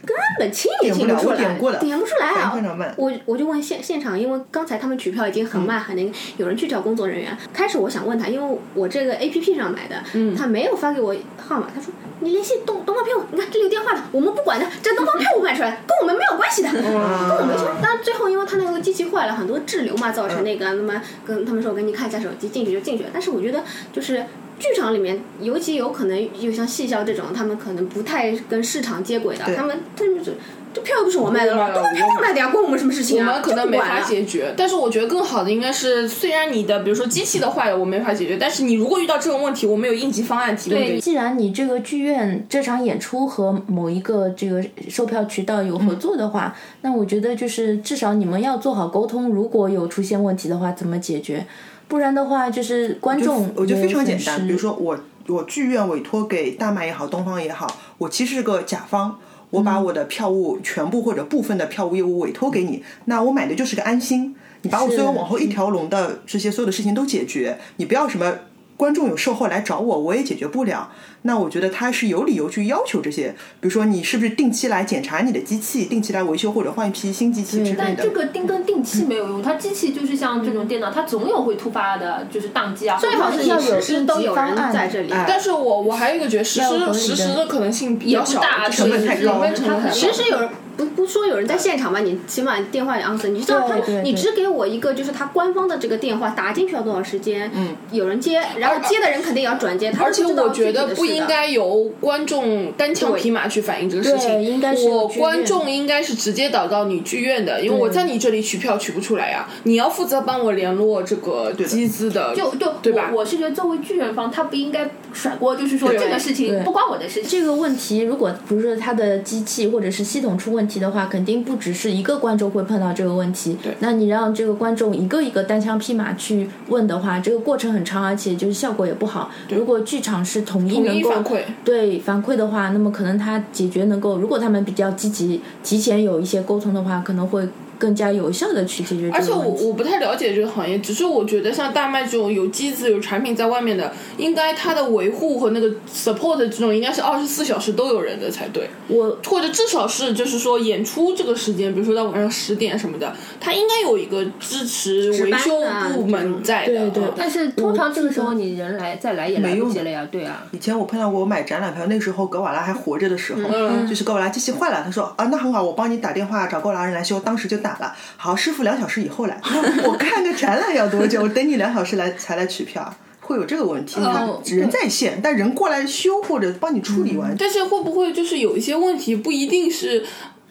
[SPEAKER 4] 根本清也清
[SPEAKER 3] 嗯点不
[SPEAKER 4] 出
[SPEAKER 3] 了
[SPEAKER 4] 来，
[SPEAKER 3] 我点过了
[SPEAKER 4] 不出来
[SPEAKER 3] 点非常慢
[SPEAKER 4] 啊！我我就问现现场，因为刚才他们取票已经很慢，很那个，有人去找工作人员。开始我想问他，因为我这个 A P P 上买的，他没有发给我号码，他说你联系东东方票务，你看这里有电话的，我们不管的，这东方票务买出来，跟我们没有关系的，跟
[SPEAKER 3] 嗯
[SPEAKER 4] 我们没什么。但最后因为他那个机器坏了，很多滞留嘛，造成那个，那么跟他们说我给你看一下手机，进去就进去了。但是我觉得就是。剧场里面，尤其有可能有像戏校这种，他们可能不太跟市场接轨的
[SPEAKER 3] 对，
[SPEAKER 4] 他们他们就这票又不是我卖的了，
[SPEAKER 2] 我
[SPEAKER 4] 都
[SPEAKER 2] 卖了
[SPEAKER 4] 是票卖的呀，关我们什么事情
[SPEAKER 2] 我
[SPEAKER 4] 啊？
[SPEAKER 2] 们可能没法
[SPEAKER 4] 这不管了。
[SPEAKER 2] 解决。但是我觉得更好的应该是，虽然你的比如说机器的坏了我没法解决，但是你如果遇到这种问题，我们有应急方案提供给你。
[SPEAKER 6] 既然你这个剧院这场演出和某一个这个售票渠道有
[SPEAKER 3] 嗯
[SPEAKER 6] 合作的话，那我觉得就是至少你们要做好沟通，如果有出现问题的话怎么解决，不然的话就是观众
[SPEAKER 3] 我觉得非常
[SPEAKER 6] 也有
[SPEAKER 3] 简
[SPEAKER 6] 损
[SPEAKER 3] 单，
[SPEAKER 6] 失
[SPEAKER 3] 比如说我我剧院委托给大麦也好，东方也好，我其实是个甲方。我
[SPEAKER 5] 嗯
[SPEAKER 3] 把我的票务全部或者部分的票务业务委托给你，那我买的就是个安心。你把我所有往后一条龙的这些所有的事情都解决，你不要什么观众有售后来找我，我也解决不了。那我觉得他是有理由去要求这些，比如说你是不是定期来检查你的机器，定期来维修或者换一批新机器之类
[SPEAKER 5] 但
[SPEAKER 3] 的。
[SPEAKER 5] 这个定跟定期没有用，它机器就是像这种电脑，它总有会突发的，就是宕机啊。
[SPEAKER 4] 最好是
[SPEAKER 6] 要
[SPEAKER 4] 你实
[SPEAKER 6] 有
[SPEAKER 4] 施都有人在这里，
[SPEAKER 3] 哎
[SPEAKER 2] 但是我我还有一个觉得实
[SPEAKER 6] 要合理
[SPEAKER 2] 施实
[SPEAKER 6] 的
[SPEAKER 2] 施的可能性比较小，
[SPEAKER 5] 也不大
[SPEAKER 2] 就是
[SPEAKER 5] 成
[SPEAKER 3] 本太高
[SPEAKER 2] 成本
[SPEAKER 5] 它
[SPEAKER 6] 哎
[SPEAKER 5] 很
[SPEAKER 2] 很
[SPEAKER 4] 实施有人不不说有人在现场吧，你起码电话也 answer，你知道他
[SPEAKER 6] 对对
[SPEAKER 4] 你
[SPEAKER 6] 对
[SPEAKER 4] 只给我一个就是他官方的这个电话打进去要多少时间，嗯，有人接，然后接的人肯定也要转接，他
[SPEAKER 2] 而且
[SPEAKER 4] 不知道
[SPEAKER 2] 我觉得
[SPEAKER 4] 具体的
[SPEAKER 2] 不
[SPEAKER 4] 事的
[SPEAKER 2] 应该由观众单枪匹马去反映这个事情，
[SPEAKER 6] 对应该是
[SPEAKER 2] 我
[SPEAKER 6] 由剧院
[SPEAKER 2] 观众应该是直接导到你剧院的，因为我在你这里取票取不出来呀、你要负责帮我联络这个集资的，
[SPEAKER 5] 就就
[SPEAKER 2] 对吧
[SPEAKER 5] 我我是觉得作为剧院方，他不应该甩锅，就是说
[SPEAKER 2] 对
[SPEAKER 5] 这个事情
[SPEAKER 6] 对
[SPEAKER 5] 不关我的事情。
[SPEAKER 6] 这个问题，如果不是它的机器或者是系统出问题的话，肯定不只是一个观众会碰到这个问题。对，那你让这个观众一个一个单枪匹马去问的话，这个过程很长，而且就是效果也不好。如果剧场是统一
[SPEAKER 2] 统
[SPEAKER 6] 能
[SPEAKER 2] 一
[SPEAKER 6] 够
[SPEAKER 2] 反馈
[SPEAKER 6] 对反馈的话，那么可能他解决能够，如果他们比较积极，提前有一些沟通的话，可能会更加有效的去解决
[SPEAKER 2] 而
[SPEAKER 6] 这
[SPEAKER 2] 且
[SPEAKER 6] 个
[SPEAKER 2] 我
[SPEAKER 6] 问题。
[SPEAKER 2] 我不太了解这个行业，只是我觉得像大麦这种有机子、有产品在外面的，应该它的维护和那个 support 这种应该是二十四小时都有人的才对，
[SPEAKER 6] 我
[SPEAKER 2] 或者至少是就是说演出这个时间，比如说到晚上十点什么的，它应该有一个支持维修部门在的。
[SPEAKER 6] 对对
[SPEAKER 2] 嗯
[SPEAKER 5] 但是通常这个时候你人来再来也来
[SPEAKER 3] 没用
[SPEAKER 5] 不
[SPEAKER 3] 的
[SPEAKER 5] 及了呀，对啊。
[SPEAKER 3] 以前我碰到过我买展览票，那个时候格瓦拉还活着的时候，
[SPEAKER 2] 嗯
[SPEAKER 3] 就是格瓦拉机器坏了，他说啊，那很好，我帮你打电话找格瓦拉人来修，当时就打了，好，师傅两小时以后来，我看个展览要多久，我等你两小时来才来取票，会有这个问题，
[SPEAKER 2] 哦
[SPEAKER 3] 他人在线，但
[SPEAKER 2] 嗯
[SPEAKER 3] 人过来修或者帮你处理完，
[SPEAKER 2] 但是会不会就是有一些问题不一定是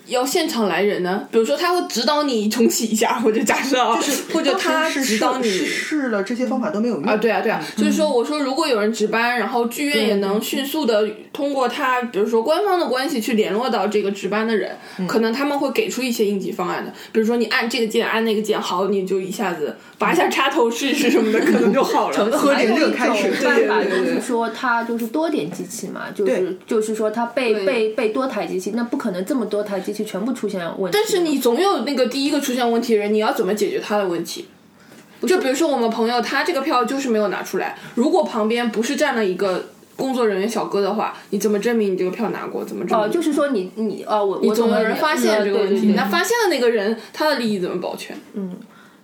[SPEAKER 2] 要现场来人呢？比如说他会指导你重启一下，或者假设啊，或者他
[SPEAKER 3] 是
[SPEAKER 2] 指导你
[SPEAKER 3] 试试了这些方法都没有用
[SPEAKER 2] 啊，对啊，对啊，
[SPEAKER 5] 嗯
[SPEAKER 2] 就是说，我说如果有人值班，然后剧院也能迅速的通过他，比如说官方的关系去联络到这个值班的人，
[SPEAKER 5] 嗯
[SPEAKER 2] 可能他们会给出一些应急方案的，比如说你按这个键，按那个键，好，你就一下子拔一下插头试一试什么的，可能
[SPEAKER 5] [laughs]
[SPEAKER 2] 就好了。
[SPEAKER 3] 喝
[SPEAKER 5] 还有
[SPEAKER 3] 点
[SPEAKER 5] 一种
[SPEAKER 3] 热开水，
[SPEAKER 5] 办法
[SPEAKER 2] 对对
[SPEAKER 5] 就
[SPEAKER 2] 对
[SPEAKER 5] 是说，它就是多点机器嘛，就
[SPEAKER 3] 对
[SPEAKER 5] 是就是说它备备备多台机器，那不可能这么多台机器全部出现问题。
[SPEAKER 2] 但是你总有那个第一个出现问题的人，你要怎么解决他的问题？就比如说我们朋友，他这个票就是没有拿出来，如果旁边不是站了一个工作人员小哥的话，你怎么证明你这个票拿过？怎么证
[SPEAKER 5] 哦、
[SPEAKER 2] 明？
[SPEAKER 5] 就是说你你哦，我我
[SPEAKER 2] 总
[SPEAKER 5] 懂
[SPEAKER 2] 有
[SPEAKER 5] 了
[SPEAKER 2] 人
[SPEAKER 5] 你
[SPEAKER 2] 发现
[SPEAKER 5] 嗯
[SPEAKER 2] 这个问
[SPEAKER 5] 对
[SPEAKER 2] 题，
[SPEAKER 5] 对
[SPEAKER 2] 那
[SPEAKER 5] 对
[SPEAKER 2] 发现的那个人他的利益怎么保全？
[SPEAKER 6] 嗯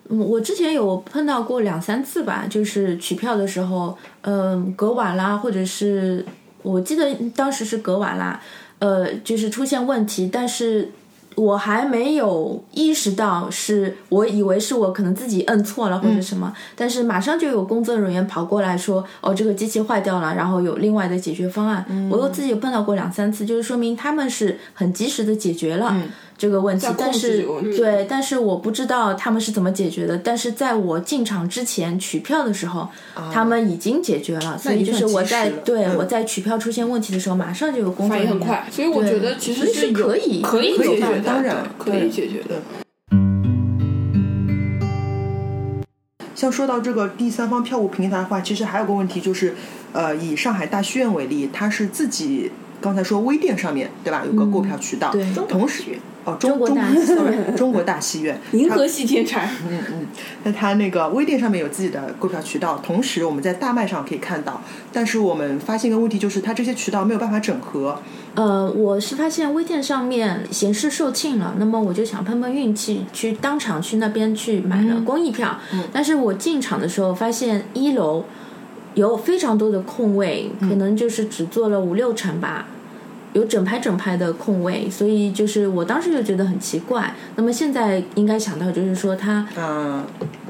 [SPEAKER 6] 我之前有碰到过两三次吧，就是取票的时候，嗯，格瓦拉或者是我记得当时是格瓦拉，呃，就是出现问题，但是我还没有意识到是我以为是我可能自己摁错了或
[SPEAKER 2] 嗯
[SPEAKER 6] 者什么，但是马上就有工作人员跑过来说，哦，这个机器坏掉了，然后有另外的解决方案。
[SPEAKER 2] 嗯
[SPEAKER 6] 我又自己碰到过两三次，就是说明他们是很及时的解决了。这个问题
[SPEAKER 2] 嗯在，控
[SPEAKER 6] 但
[SPEAKER 2] 制
[SPEAKER 6] 是
[SPEAKER 2] 这个问题
[SPEAKER 6] 对，但是我不知道他们是怎么解决的。但是在我进场之前取票的时候，他们已经解决了，所以
[SPEAKER 3] 哦已
[SPEAKER 6] 就
[SPEAKER 3] 经
[SPEAKER 6] 是
[SPEAKER 3] 很
[SPEAKER 6] 我
[SPEAKER 3] 及
[SPEAKER 6] 在
[SPEAKER 3] 时了
[SPEAKER 6] 对
[SPEAKER 3] 嗯
[SPEAKER 6] 我在取票出现问题的时候，马上就有工作
[SPEAKER 2] 反应
[SPEAKER 6] 人
[SPEAKER 2] 很
[SPEAKER 6] 员
[SPEAKER 2] 快，所以我觉得其实
[SPEAKER 6] 对所以
[SPEAKER 2] 有
[SPEAKER 6] 是可以
[SPEAKER 2] 可以
[SPEAKER 6] 可以
[SPEAKER 2] 解决
[SPEAKER 6] 办
[SPEAKER 2] 的，
[SPEAKER 3] 当然
[SPEAKER 2] 对可以解决的。
[SPEAKER 3] 像说到这个第三方票务平台的话，其实还有个问题就是，呃，以上海大剧院为例，它是自己刚才说微店上面对吧，有个购票渠道，
[SPEAKER 6] 嗯对
[SPEAKER 3] 同时哦中
[SPEAKER 6] 中国大
[SPEAKER 3] 中 [laughs] sorry 中国大戏
[SPEAKER 6] [laughs]
[SPEAKER 3] 院，
[SPEAKER 2] 银河系天才，
[SPEAKER 3] 那它那个微店上面有自己的购票渠道，同时我们在大麦上可以看到，但是我们发现一个问题就是，它这些渠道没有办法整合，
[SPEAKER 6] 呃，我是发现微店上面显示售罄了，那么我就想碰碰运气，去当场去那边去买
[SPEAKER 3] 嗯
[SPEAKER 6] 了公益票。但是我进场的时候发现一楼有非常多的空位，
[SPEAKER 3] 嗯
[SPEAKER 6] 可能就是只坐了五六成吧。有整排整排的空位，所以就是我当时就觉得很奇怪。那么现在应该想到，就是说它
[SPEAKER 3] 嗯、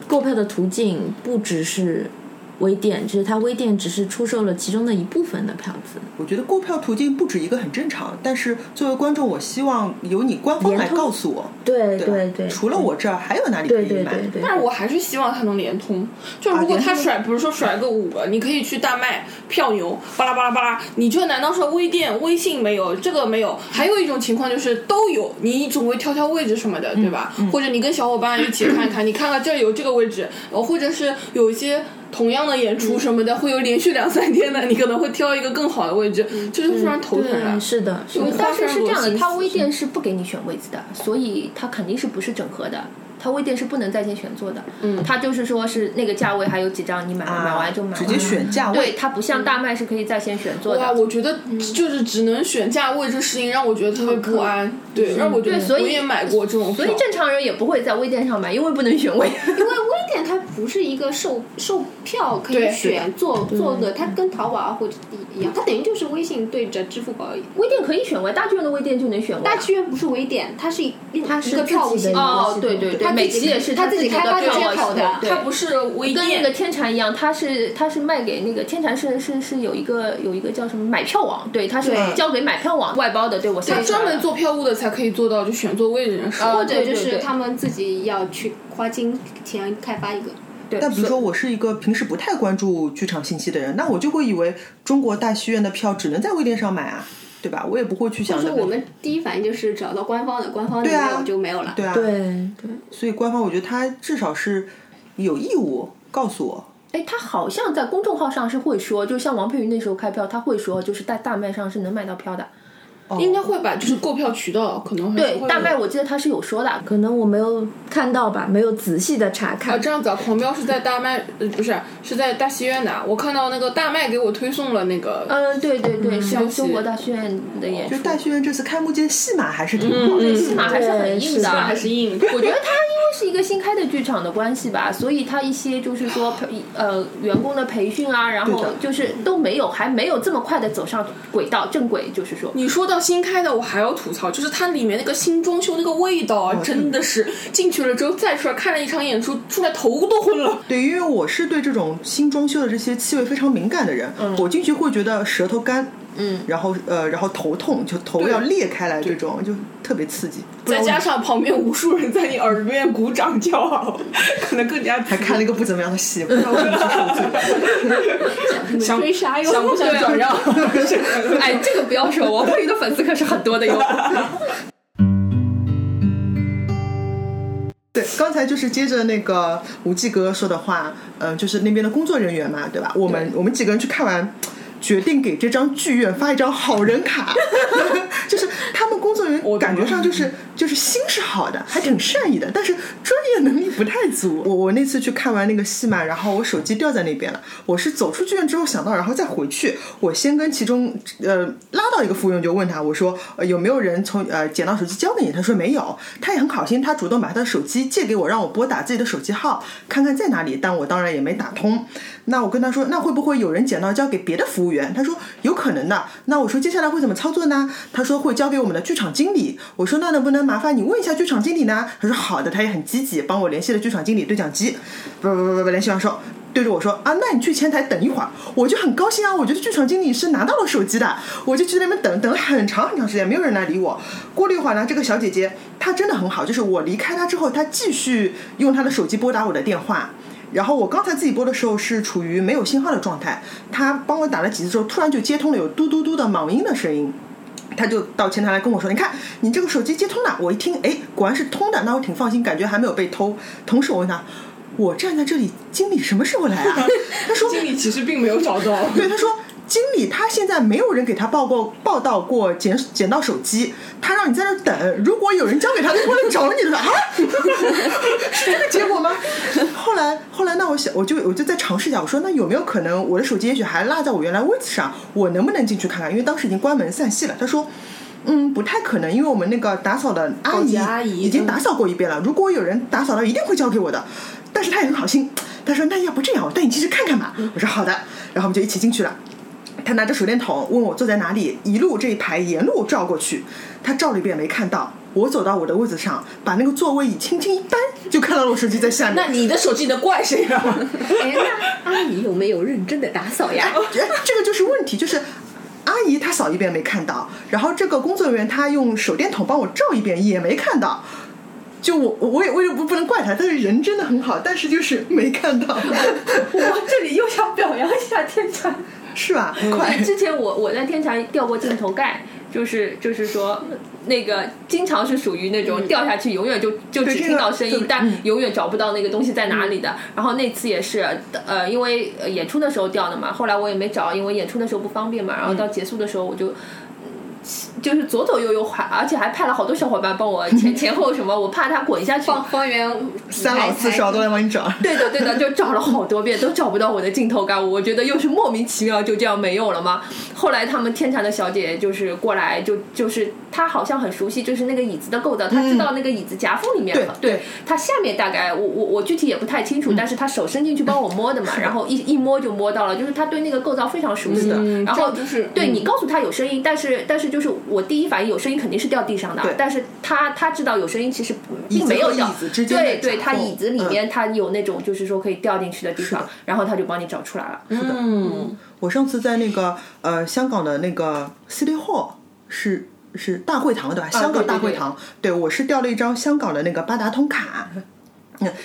[SPEAKER 6] 购票的途径不只是微店，就是它微店只是出售了其中的一部分的票子。
[SPEAKER 3] 我觉得购票途径不止一个很正常，但是作为观众，我希望由你官方来
[SPEAKER 6] 联通
[SPEAKER 3] 告诉我，
[SPEAKER 6] 对
[SPEAKER 3] 吧
[SPEAKER 6] 对对，
[SPEAKER 3] 啊除了我这儿还有哪里可
[SPEAKER 6] 对
[SPEAKER 3] 以
[SPEAKER 6] 对
[SPEAKER 3] 买？
[SPEAKER 6] 对对，
[SPEAKER 2] 但是我还是希望它能联通。就如果
[SPEAKER 3] 联
[SPEAKER 2] 它
[SPEAKER 3] 通
[SPEAKER 2] 甩，比如说甩个五个，你可以去大麦票牛，巴拉巴拉巴拉。你这难道说微店、微信没有这个没有？还有一种情况就是都有，你总会挑挑位置什么的，对吧？或者你跟小伙伴一起看看，你看看这儿有这个位置，呃或者是有一些。同样的演出什么的，会有连续两三天的，你可能会挑一个更好的位置，这就是非常头疼的
[SPEAKER 6] 对，。是的，是
[SPEAKER 2] 就
[SPEAKER 6] 的。
[SPEAKER 5] 但
[SPEAKER 2] 花
[SPEAKER 5] 是
[SPEAKER 2] 非
[SPEAKER 5] 是
[SPEAKER 2] 常
[SPEAKER 5] 这
[SPEAKER 2] 多
[SPEAKER 5] 样的，
[SPEAKER 2] 心
[SPEAKER 5] 它
[SPEAKER 2] 思
[SPEAKER 5] 微店是不给你选位置的，所以它肯定是不是整合的。它微店是不能在线选座的，嗯，它就是说是那个价位还有几张，你买、
[SPEAKER 3] 啊
[SPEAKER 5] 买完就买完，
[SPEAKER 4] 嗯
[SPEAKER 3] 直接选价位
[SPEAKER 5] 对，它不像大麦是可以在线选座的。
[SPEAKER 2] 哇，我觉得就是只能选价位这事情让我觉得特别不安，对，让我觉得
[SPEAKER 5] 对所以
[SPEAKER 2] 我也买过这种
[SPEAKER 5] 所
[SPEAKER 2] 票
[SPEAKER 5] 以正常人也不会在微店上买，因为不能选位。
[SPEAKER 4] 因为微店它不是一个售售票可以
[SPEAKER 2] 对
[SPEAKER 4] 选做做的，它跟淘宝啊或者一一样，它等于就是微信对着支付宝而已。
[SPEAKER 5] 微店可以选位，大剧院的微店就能选位。
[SPEAKER 4] 大剧院不是微店，它是一
[SPEAKER 6] 它是
[SPEAKER 4] 一个票务系
[SPEAKER 6] 自己
[SPEAKER 4] 统，
[SPEAKER 6] 的
[SPEAKER 5] 哦，对对对，
[SPEAKER 4] 他自己
[SPEAKER 5] 美琪也是
[SPEAKER 4] 他自己
[SPEAKER 5] 的
[SPEAKER 4] 开发
[SPEAKER 5] 票
[SPEAKER 4] 直接
[SPEAKER 5] 网
[SPEAKER 4] 跑的
[SPEAKER 5] 对
[SPEAKER 2] 它不是微
[SPEAKER 5] 跟那个天
[SPEAKER 2] 店，
[SPEAKER 5] 蟾一样，它是它是卖给那个天蟾是是是有一个有一个叫什么买票网，对，它是
[SPEAKER 3] 对
[SPEAKER 5] 交给买票网外包的，对我现
[SPEAKER 2] 它
[SPEAKER 5] 在
[SPEAKER 2] 专门做票务的才可以做到就选座位这件事。
[SPEAKER 5] 啊
[SPEAKER 4] 或者就
[SPEAKER 5] 对对
[SPEAKER 4] 是
[SPEAKER 5] 对
[SPEAKER 4] 他们自己要去花金钱开发一个。
[SPEAKER 5] 对，
[SPEAKER 3] 但比如
[SPEAKER 5] 所
[SPEAKER 3] 说，我是一个平时不太关注剧场信息的人，那我就会以为中国大戏院的票只能在微店上买啊，对吧？我也不会去想
[SPEAKER 4] 就
[SPEAKER 3] 着
[SPEAKER 4] 是我们第一反应就是找到官方的，官方的
[SPEAKER 3] 对啊
[SPEAKER 4] 没有就没有了。
[SPEAKER 3] 对啊，
[SPEAKER 6] 对对，
[SPEAKER 3] 所以官方我觉得他至少是有义务告诉我，
[SPEAKER 5] 哎，他好像在公众号上是会说，就像王佩瑜那时候开票，他会说，就是在大麦上是能买到票的。
[SPEAKER 2] 应该会吧，就是购票渠道可能还是
[SPEAKER 5] 对
[SPEAKER 2] 会，有
[SPEAKER 5] 大麦我记得他是有说的，
[SPEAKER 6] 可能我没有看到吧，没有仔细的查
[SPEAKER 2] 啊，
[SPEAKER 3] 哦
[SPEAKER 6] 看。
[SPEAKER 2] 这样子啊，狂飙是在大麦，呃，不是是在大戏院的啊。我看到那个大麦给我推送了那个，
[SPEAKER 5] 嗯，对对对，
[SPEAKER 2] 消
[SPEAKER 5] 是
[SPEAKER 2] 息
[SPEAKER 5] 中国大剧院的演
[SPEAKER 3] 就
[SPEAKER 5] 出，
[SPEAKER 3] 大戏院这次开幕节戏码还是挺
[SPEAKER 4] 嗯
[SPEAKER 3] 好的。
[SPEAKER 5] 起码还是很硬
[SPEAKER 6] 对是
[SPEAKER 5] 的，
[SPEAKER 6] 的
[SPEAKER 2] 还是硬，
[SPEAKER 5] 我觉得它因为是一个新开的剧场的关系吧，所以它一些就
[SPEAKER 1] [sighs]
[SPEAKER 5] 是说培呃员工的培训啊，然
[SPEAKER 3] 对
[SPEAKER 5] 后
[SPEAKER 3] 的
[SPEAKER 5] 就是都没有还没有这么快的走上轨道正轨，就是说。
[SPEAKER 2] 你说到新开的，我还要吐槽，就是它里面那个新装修那个味道
[SPEAKER 3] 哦
[SPEAKER 2] 啊，真的是进去了之后再出来看了一场演出，出来头都昏了。
[SPEAKER 3] 对，
[SPEAKER 4] 嗯
[SPEAKER 3] 因为我是对这种新装修的这些气味非常敏感的人，我进去会觉得舌头干，嗯，然后呃，然后头痛，就头要裂开来这种，就特别刺激。不
[SPEAKER 2] 再
[SPEAKER 3] 然我
[SPEAKER 2] 加上旁边无数人在你耳边鼓掌叫好，可能更加
[SPEAKER 3] 还看了一个不怎么样
[SPEAKER 4] [laughs]
[SPEAKER 3] 的戏，不知道为什么就是这样
[SPEAKER 2] 想
[SPEAKER 4] 追杀哟，
[SPEAKER 2] 想不想转让？
[SPEAKER 5] [laughs]
[SPEAKER 1] 哎，这个不要说，王佩瑜的粉丝可是很多的哟。
[SPEAKER 3] 对，刚才就是接着那个吴继哥说的话，嗯、就是那边的工作人员嘛，对吧？我们我们几个人去看完，决定给这张剧院发一张好人卡， [laughs] 就是他们工作人员感觉上 [laughs] 就是就是心是好的，还挺善意的，但是专业能力不太足。我我那次去看完那个戏嘛，然后我手机掉在那边了，我是走出剧院之后想到，然后再回去，我先跟其中呃拉到一个服务员就问他，我说、呃、有没有人从呃捡到手机交给你？他说没有，他也很好心，他主动把他的手机借给我，让我拨打自己的手机号看看在哪里，但我当然也没打通。那我跟他说，那会不会有人捡到交给别的服务员？他说有可能的。那我说接下来会怎么操作呢？他说会交给我们的剧场经理。我说那能不能麻烦你问一下剧场经理呢？他说好的，他也很积极，帮我联系了剧场经理对讲机。不不不不不，联系完说。对着我说啊，那你去前台等一会儿，我就很高兴啊！我觉得剧场经理是拿到了手机的，我就去那边等等了很长很长时间，没有人来理我。过了一会儿呢，这个小姐姐她真的很好，就是我离开她之后，她继续用她的手机拨打我的电话。然后我刚才自己拨的时候是处于没有信号的状态，她帮我打了几次之后，突然就接通了有嘟嘟嘟的忙音的声音。他就到前台来跟我说：“你看，你这个手机接通了。”我一听，哎，果然是通的，那我挺放心，感觉还没有被偷。同时我问他：“我站在这里，经理什么时候来啊？”他说：“
[SPEAKER 2] 经理其实并没有找到，
[SPEAKER 3] 对，他说经理他现在没有人给他报过报道过捡捡到手机，他让你在那儿等，如果有人交给他，他过来找你了啊，是这个结果吗？ [laughs] 后来后来那我想我就我就再尝试一下，我说那有没有可能我的手机也许还落在我原来位置上，我能不能进去看看？因为当时已经关门散戏了。他说。嗯，不太可能，因为我们那个打扫的哦阿
[SPEAKER 2] 保洁
[SPEAKER 3] 姨
[SPEAKER 2] 阿姨
[SPEAKER 3] 已经
[SPEAKER 2] 嗯
[SPEAKER 3] 打扫过一遍了。如果有人打扫了，一定会交给我的。但是他也很好心，他说：“那要不这样，我带你进去看看吧。”我说：“好的。”然后我们就一起进去了。他拿着手电筒问我坐在哪里，一路这一排沿路照过去，他照了一遍没看到。我走到我的位子上，把那个座位椅轻轻一搬，就看到了我手机在下面。
[SPEAKER 2] [laughs] 那你的手机能怪谁啊？
[SPEAKER 4] 哎，那阿姨有没有认真的打扫
[SPEAKER 3] [laughs]
[SPEAKER 4] 呀？
[SPEAKER 3] 哎，这个就是问题，就是阿姨她扫一遍没看到，然后这个工作人员他用手电筒帮我照一遍也没看到。就我我也我也不不能怪他，但是人真的很好，但是就是没看到，
[SPEAKER 5] 我 [laughs] 这里又想表扬一下天蟾，
[SPEAKER 3] 是吧？
[SPEAKER 2] 嗯
[SPEAKER 5] [laughs]
[SPEAKER 3] 快，
[SPEAKER 5] 之前我我在天蟾掉过镜头盖，就是就是说。那个经常是属于那种掉下去，永远就、就只
[SPEAKER 3] 对这个嗯
[SPEAKER 5] 听到声
[SPEAKER 3] 就
[SPEAKER 5] 音
[SPEAKER 3] 是，
[SPEAKER 5] 但永远找不到那个东西在哪里的。然后那次也是，呃，因为呃演出的时候掉的嘛，后来我也没找，因为演出的时候不方便嘛。
[SPEAKER 3] 嗯
[SPEAKER 5] 然后到结束的时候，我就 [laughs] 就是左左右右还，而且还派了好多小伙伴帮我
[SPEAKER 3] [laughs]
[SPEAKER 5] 前前后什么，我怕它滚下去。
[SPEAKER 4] 方方圆
[SPEAKER 3] 三老
[SPEAKER 2] 哎
[SPEAKER 3] 四少都来帮你找。
[SPEAKER 5] 对的，对的，就找了好多遍，都找不到我的镜头感，我觉得又是莫名其妙就这样没有了吗？后来他们天蟾的小姐就是过来，就就是她好像很熟悉，就是那个椅子的构造，她知道那个椅子夹缝里面嘛，
[SPEAKER 3] 对
[SPEAKER 5] 对，它下面大概我我我具体也不太清楚，但是她手伸进去帮我摸的嘛，然后一一摸就摸到了，就是她对那个构造非常熟悉的，然后
[SPEAKER 2] 这样就是
[SPEAKER 5] 对
[SPEAKER 2] 嗯
[SPEAKER 5] 你告诉她有声音，但是但是就是我第一反应有声音肯定是掉地上的
[SPEAKER 3] 对，
[SPEAKER 5] 但是她她知道有声音，其实
[SPEAKER 3] 椅
[SPEAKER 5] 并
[SPEAKER 3] 子
[SPEAKER 5] 没有
[SPEAKER 3] 和
[SPEAKER 5] 掉
[SPEAKER 3] 椅子之间的
[SPEAKER 5] 对对，
[SPEAKER 3] 夹
[SPEAKER 5] 它
[SPEAKER 3] 缝
[SPEAKER 5] 椅子里
[SPEAKER 3] 嗯
[SPEAKER 5] 面它有那种就是说可以掉进去的地
[SPEAKER 3] 是
[SPEAKER 5] 方
[SPEAKER 3] 的，
[SPEAKER 5] 然后他就帮你找出来了。
[SPEAKER 2] 嗯，
[SPEAKER 3] 我上次在那个呃香港的那个 City Hall 是是大会堂啊对吧？香港大会堂，对我是掉了一张香港的那个八达通卡。嗯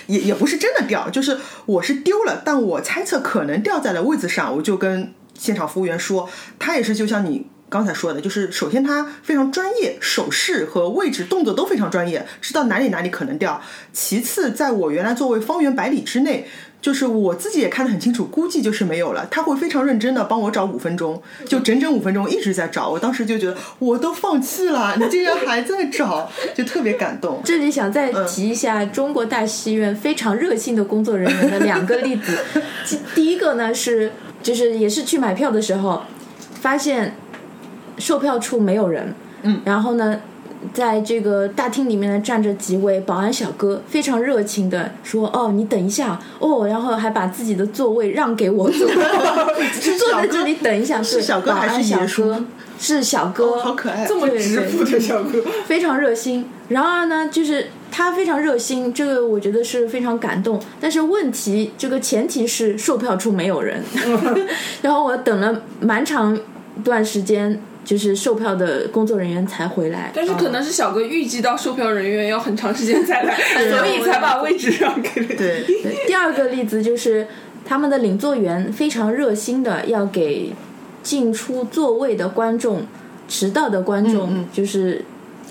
[SPEAKER 3] 也也不是真的掉，就是我是丢了，但我猜测可能掉在了位子上，我就跟现场服务员说，他也是就像你刚才说的，就是首先他非常专业，手势和位置动作都非常专业，知道哪里哪里可能掉。其次，在我原来座位方圆百里之内，就是我自己也看得很清楚，估计就是没有了。他会非常认真的帮我找五分钟，就整整五分钟一直在找。我当时就觉得我都放弃了，你竟然还在找，就特别感动。
[SPEAKER 6] 这里想
[SPEAKER 3] 嗯
[SPEAKER 6] 再提一下中国大戏院非常热心的工作人员的两个
[SPEAKER 3] [laughs]
[SPEAKER 6] 例子。其第一个呢是，就是也是去买票的时候，发现售票处没有人，嗯，然后呢，在这个大厅里面呢站着几位保安小哥，非常热情的说：“哦，你等一下哦。”然后还把自己的座位让给
[SPEAKER 3] [laughs]
[SPEAKER 6] 我坐， [laughs] 就坐在这里等一下。
[SPEAKER 3] 是
[SPEAKER 6] 对
[SPEAKER 3] 小哥
[SPEAKER 6] 保
[SPEAKER 3] 还
[SPEAKER 6] 安
[SPEAKER 3] 是
[SPEAKER 6] 小
[SPEAKER 3] 爷叔哦
[SPEAKER 6] 哥？是小哥，
[SPEAKER 3] 好可爱，
[SPEAKER 2] 这么直付的小哥，
[SPEAKER 6] 非常热心。然而呢，就是他非常热心，这个我觉得是非常感动。但是问题，这个前提是售票处没有人。然后我等了蛮长段时间，就是售票的工作人员才回来。
[SPEAKER 2] 但是可能是小哥预计到售票人员要很长时间才来，所以才把位置让给了你。
[SPEAKER 3] 对，
[SPEAKER 6] 对，第二个例子就是他们的领座员非常热心的要给进出座位的观众、迟到的观众，
[SPEAKER 3] 嗯嗯
[SPEAKER 6] 就是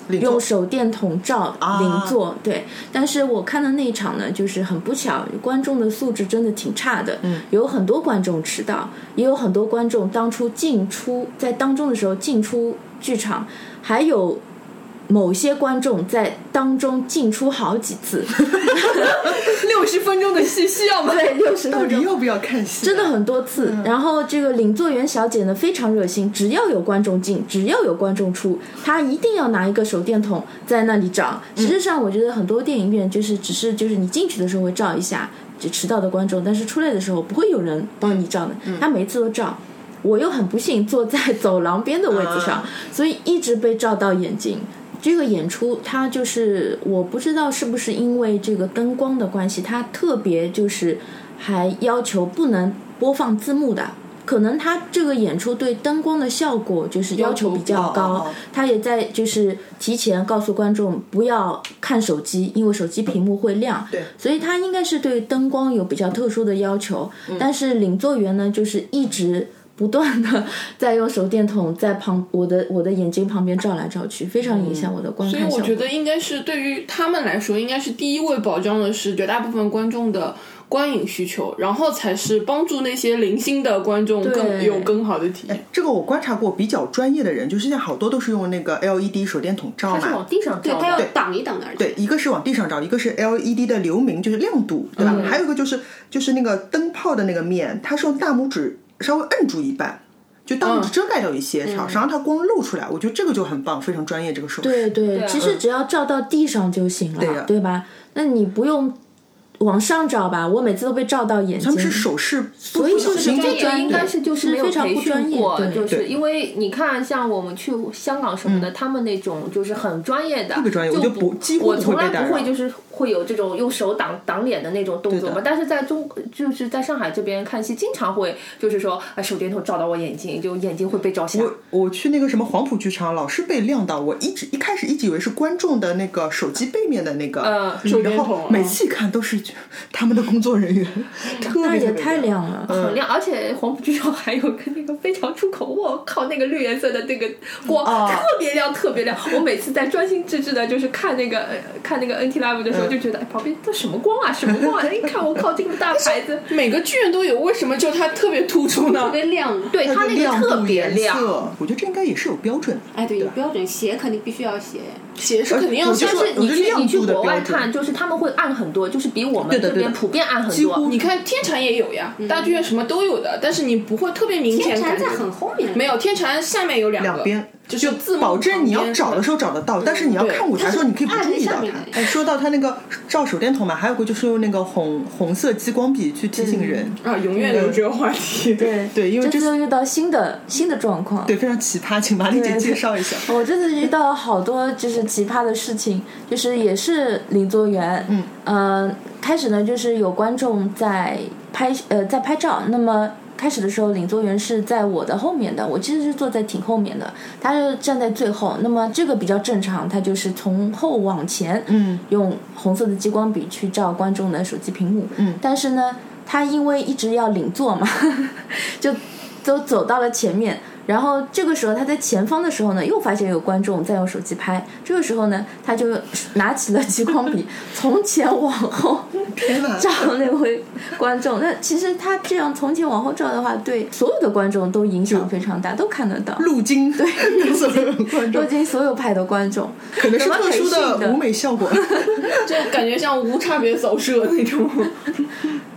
[SPEAKER 3] 领座
[SPEAKER 6] 用手电筒照
[SPEAKER 3] 啊
[SPEAKER 6] 邻座。对，但是我看的那一场呢，就是很不巧，观众的素质真的挺差的。
[SPEAKER 3] 嗯，
[SPEAKER 6] 有很多观众迟到，也有很多观众当初进出在当中的时候进出剧场，还有。某些观众在当中进出好几次，
[SPEAKER 2] [laughs] 六十分钟的戏需要吗？
[SPEAKER 6] 对，六十
[SPEAKER 3] 到
[SPEAKER 6] 分
[SPEAKER 3] 底
[SPEAKER 6] 钟，
[SPEAKER 3] 要不要看戏啊？
[SPEAKER 6] 真的很多次。
[SPEAKER 3] 嗯
[SPEAKER 6] 然后这个领座员小姐呢非常热心，只要有观众进，只要有观众出，她一定要拿一个手电筒在那里找。实质上，我觉得很多电影院就是只是就是你进去的时候会照一下就迟到的观众，但是出来的时候不会有人帮你照的，她每次都照。我又很不幸坐在走廊边的位置上，
[SPEAKER 3] 啊
[SPEAKER 6] 所以一直被照到眼睛。这个演出它就是我不知道是不是因为这个灯光的关系，它特别就是还要求不能播放字幕的。可能它这个演出对灯光的效果就是要求哦比较
[SPEAKER 3] 要求
[SPEAKER 6] 高
[SPEAKER 3] 高，
[SPEAKER 6] 它也在就是提前告诉观众不要看手机，因为手机屏幕会亮。
[SPEAKER 3] 对
[SPEAKER 6] 所以它应该是对灯光有比较特殊的要求。
[SPEAKER 3] 嗯
[SPEAKER 6] 但是领座员呢，就是一直不断的 [laughs] 在用手电筒在旁我的我的眼睛旁边照来照去，非常影
[SPEAKER 3] 嗯
[SPEAKER 6] 响我的观
[SPEAKER 2] 所以
[SPEAKER 6] 看效
[SPEAKER 2] 我
[SPEAKER 6] 果。
[SPEAKER 2] 觉得应该是对于他们来说，应该是第一位保障的是绝大部分观众的观影需求，然后才是帮助那些零星的观众更
[SPEAKER 6] 对
[SPEAKER 2] 有更好的体验。
[SPEAKER 3] 这个我观察过，比较专业的人，就是现在好多都是用那个 LED 手电筒照
[SPEAKER 5] 它是
[SPEAKER 3] 嘛
[SPEAKER 5] 往。地上
[SPEAKER 4] 对
[SPEAKER 5] 照
[SPEAKER 4] 他要
[SPEAKER 5] 的，
[SPEAKER 4] 挡一挡的，而且
[SPEAKER 3] 对，一个是往地上照，一个是 LED 的流明，就是亮度，对吧？还有一个就是就是那个灯泡的那个面，它是用大拇指稍微摁住一半，就大拇指遮盖掉一些，少少让它光露出来。我觉得这个就很棒，非常专业这个手
[SPEAKER 6] 对
[SPEAKER 3] 势。
[SPEAKER 6] 对，其实只要照到地上就行
[SPEAKER 3] 啊
[SPEAKER 6] 了，
[SPEAKER 3] 对啊
[SPEAKER 6] 对
[SPEAKER 3] 呀
[SPEAKER 6] 吧？那你不用往上照吧？我每次都被照到眼睛。
[SPEAKER 3] 他们是手势，所
[SPEAKER 6] 以
[SPEAKER 3] 小
[SPEAKER 6] 就是
[SPEAKER 3] 心
[SPEAKER 6] 这
[SPEAKER 5] 这
[SPEAKER 6] 不专
[SPEAKER 5] 个
[SPEAKER 6] 业
[SPEAKER 5] 应该是就是没有
[SPEAKER 6] 是非常
[SPEAKER 5] 培
[SPEAKER 6] 不专
[SPEAKER 5] 训
[SPEAKER 6] 业
[SPEAKER 5] 过，
[SPEAKER 6] 对
[SPEAKER 5] 就是
[SPEAKER 3] 对嗯
[SPEAKER 5] 因为你看，像我们去香港什么的，他们那种就是很专业的，特
[SPEAKER 3] 别专业我
[SPEAKER 5] 就
[SPEAKER 3] 就不几乎
[SPEAKER 5] 我
[SPEAKER 3] 不
[SPEAKER 5] 从
[SPEAKER 3] 会被
[SPEAKER 5] 来
[SPEAKER 3] 打
[SPEAKER 5] 不会
[SPEAKER 3] 扰
[SPEAKER 5] 就是会有这种用手挡挡脸的那种动作
[SPEAKER 3] 对的
[SPEAKER 5] 嘛。但是在中就是在上海这边看戏，经常会就是说啊手电筒照到我眼睛，就眼睛会被照瞎。
[SPEAKER 3] 我我去那个什么黄埔剧场，老是被亮到，我一直一开始一直以为是观众的那个手机背面的那个，
[SPEAKER 5] 呃
[SPEAKER 3] 嗯
[SPEAKER 2] 手电
[SPEAKER 3] 然
[SPEAKER 2] 筒
[SPEAKER 3] 后每次一看都是 [laughs] 他们的工作人员，特
[SPEAKER 6] 那
[SPEAKER 3] 别特嗯别
[SPEAKER 6] 也太亮了，
[SPEAKER 5] 很亮，而且黄埔剧场还有个那个非常出口，我靠，那个绿颜色的那个光、
[SPEAKER 3] 啊
[SPEAKER 5] 特别亮，特别亮。我每次在专心致志的，就是看那个呃看那个 NT Live 的时候，就觉得、哎旁边这什么光啊，什么光啊！一看我靠，这个大牌
[SPEAKER 3] [laughs]
[SPEAKER 5] 子，
[SPEAKER 2] 每个剧院都有，为什么就它特别突出呢
[SPEAKER 4] 特？别亮。
[SPEAKER 5] 对它那
[SPEAKER 3] 的
[SPEAKER 5] 个
[SPEAKER 3] 亮
[SPEAKER 5] 特
[SPEAKER 3] 度
[SPEAKER 5] 别
[SPEAKER 3] 颜色
[SPEAKER 5] 亮。，
[SPEAKER 3] 我觉得这应该也是有标准的。
[SPEAKER 4] 哎，对，
[SPEAKER 3] 对
[SPEAKER 4] 有
[SPEAKER 3] 吧
[SPEAKER 4] 标准，鞋肯定必须要鞋。
[SPEAKER 2] 鞋是肯定要
[SPEAKER 3] 我就
[SPEAKER 2] 先
[SPEAKER 5] 但
[SPEAKER 3] 说
[SPEAKER 5] 是你
[SPEAKER 3] 我觉得
[SPEAKER 5] 去
[SPEAKER 3] 亮
[SPEAKER 5] 你去
[SPEAKER 3] 度的
[SPEAKER 5] 国外
[SPEAKER 3] 标准
[SPEAKER 5] 看，就是他们会暗很多，就是比我
[SPEAKER 3] 对
[SPEAKER 5] 们这
[SPEAKER 3] 的对的
[SPEAKER 5] 边普遍暗很
[SPEAKER 3] 几乎
[SPEAKER 5] 多。
[SPEAKER 2] 你看天蟾也有呀，大剧院什么都有的，但是你不会特别明显
[SPEAKER 4] 嗯天
[SPEAKER 2] 感
[SPEAKER 4] 蟾
[SPEAKER 2] 觉
[SPEAKER 4] 在很后面，
[SPEAKER 2] 没有天蟾下面有两个，
[SPEAKER 3] 两边
[SPEAKER 2] 就是字幕
[SPEAKER 3] 保证你要找的时
[SPEAKER 2] 候。
[SPEAKER 3] 候找得到，但是你要看舞台的时候，你可以不注意到
[SPEAKER 4] 它是按在下面
[SPEAKER 3] 它。
[SPEAKER 4] 的
[SPEAKER 3] 哎，说到它那个照手电筒嘛，还有个就是用那个红红色激光笔去提醒人，
[SPEAKER 2] 啊，永远有这个话题。
[SPEAKER 6] 对
[SPEAKER 3] 嗯对因为
[SPEAKER 6] 这
[SPEAKER 3] 这
[SPEAKER 6] 次
[SPEAKER 3] 次
[SPEAKER 6] 又遇到新的新的状况，
[SPEAKER 3] 对，非常奇葩，请玛丽姐
[SPEAKER 6] 对
[SPEAKER 3] 介绍一下。
[SPEAKER 6] [laughs] 我真的遇到好多就是奇葩的事情，就是也是领座员，
[SPEAKER 3] 嗯
[SPEAKER 6] 呃，开始呢就是有观众在拍呃在拍照，那么。开始的时候，领座员是在我的后面的，我其实是坐在挺后面的，他是站在最后。那么这个比较正常，他就是从后往前，
[SPEAKER 3] 嗯，
[SPEAKER 6] 用红色的激光笔去照观众的手机屏幕，
[SPEAKER 3] 嗯
[SPEAKER 6] 但是呢，他因为一直要领座嘛， [laughs] 就都走到了前面。然后这个时候他在前方的时候呢，又发现有观众在用手机拍。这个时候呢，他就拿起了激光
[SPEAKER 3] [laughs]
[SPEAKER 6] 笔，从前往后
[SPEAKER 3] 天哪
[SPEAKER 6] 照那位观众。那其实他这样从前往后照的话，对所有的观众都影响非常大，都看得到，
[SPEAKER 3] 路经对所 [laughs] 有观
[SPEAKER 6] 都
[SPEAKER 3] 众，
[SPEAKER 6] 经所有派的观众。
[SPEAKER 3] 可能是特殊
[SPEAKER 6] 怎么培训的
[SPEAKER 3] 舞美效果。
[SPEAKER 2] [laughs] 就感觉像无差别扫射那种。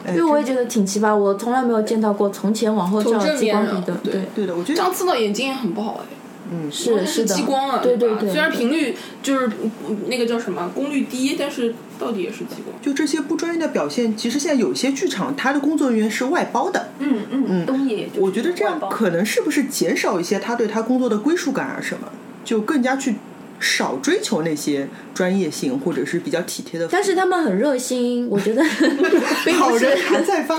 [SPEAKER 3] 哎
[SPEAKER 6] 对，我也觉得挺奇葩，我从来没有见到过从前往后照
[SPEAKER 2] 从正
[SPEAKER 6] 激光
[SPEAKER 2] 面
[SPEAKER 6] 笔的
[SPEAKER 2] 啊，对
[SPEAKER 6] 对，
[SPEAKER 3] 对的，我觉
[SPEAKER 2] 这样
[SPEAKER 3] 得
[SPEAKER 2] 刺到眼睛也很不好哎，
[SPEAKER 6] 是
[SPEAKER 2] 是
[SPEAKER 6] 的，
[SPEAKER 2] 激光啊，
[SPEAKER 6] 对对
[SPEAKER 2] 吧
[SPEAKER 6] 对，
[SPEAKER 2] 虽然频率就是嗯那个叫什么功率低，但是到底也是激光。
[SPEAKER 3] 就这些不专业的表现，其实现在有些剧场它的工作人员是外包的，
[SPEAKER 5] 嗯嗯，东野就是
[SPEAKER 3] 我觉得这样
[SPEAKER 5] 外包
[SPEAKER 3] 可能是不是减少一些他对他工作的归属感啊什么，就更加去少追求那些专业性或者是比较体贴的服务。
[SPEAKER 6] 但是他们很热心，我觉得并
[SPEAKER 3] 好
[SPEAKER 6] 不
[SPEAKER 3] 人
[SPEAKER 6] 是
[SPEAKER 3] 还在发，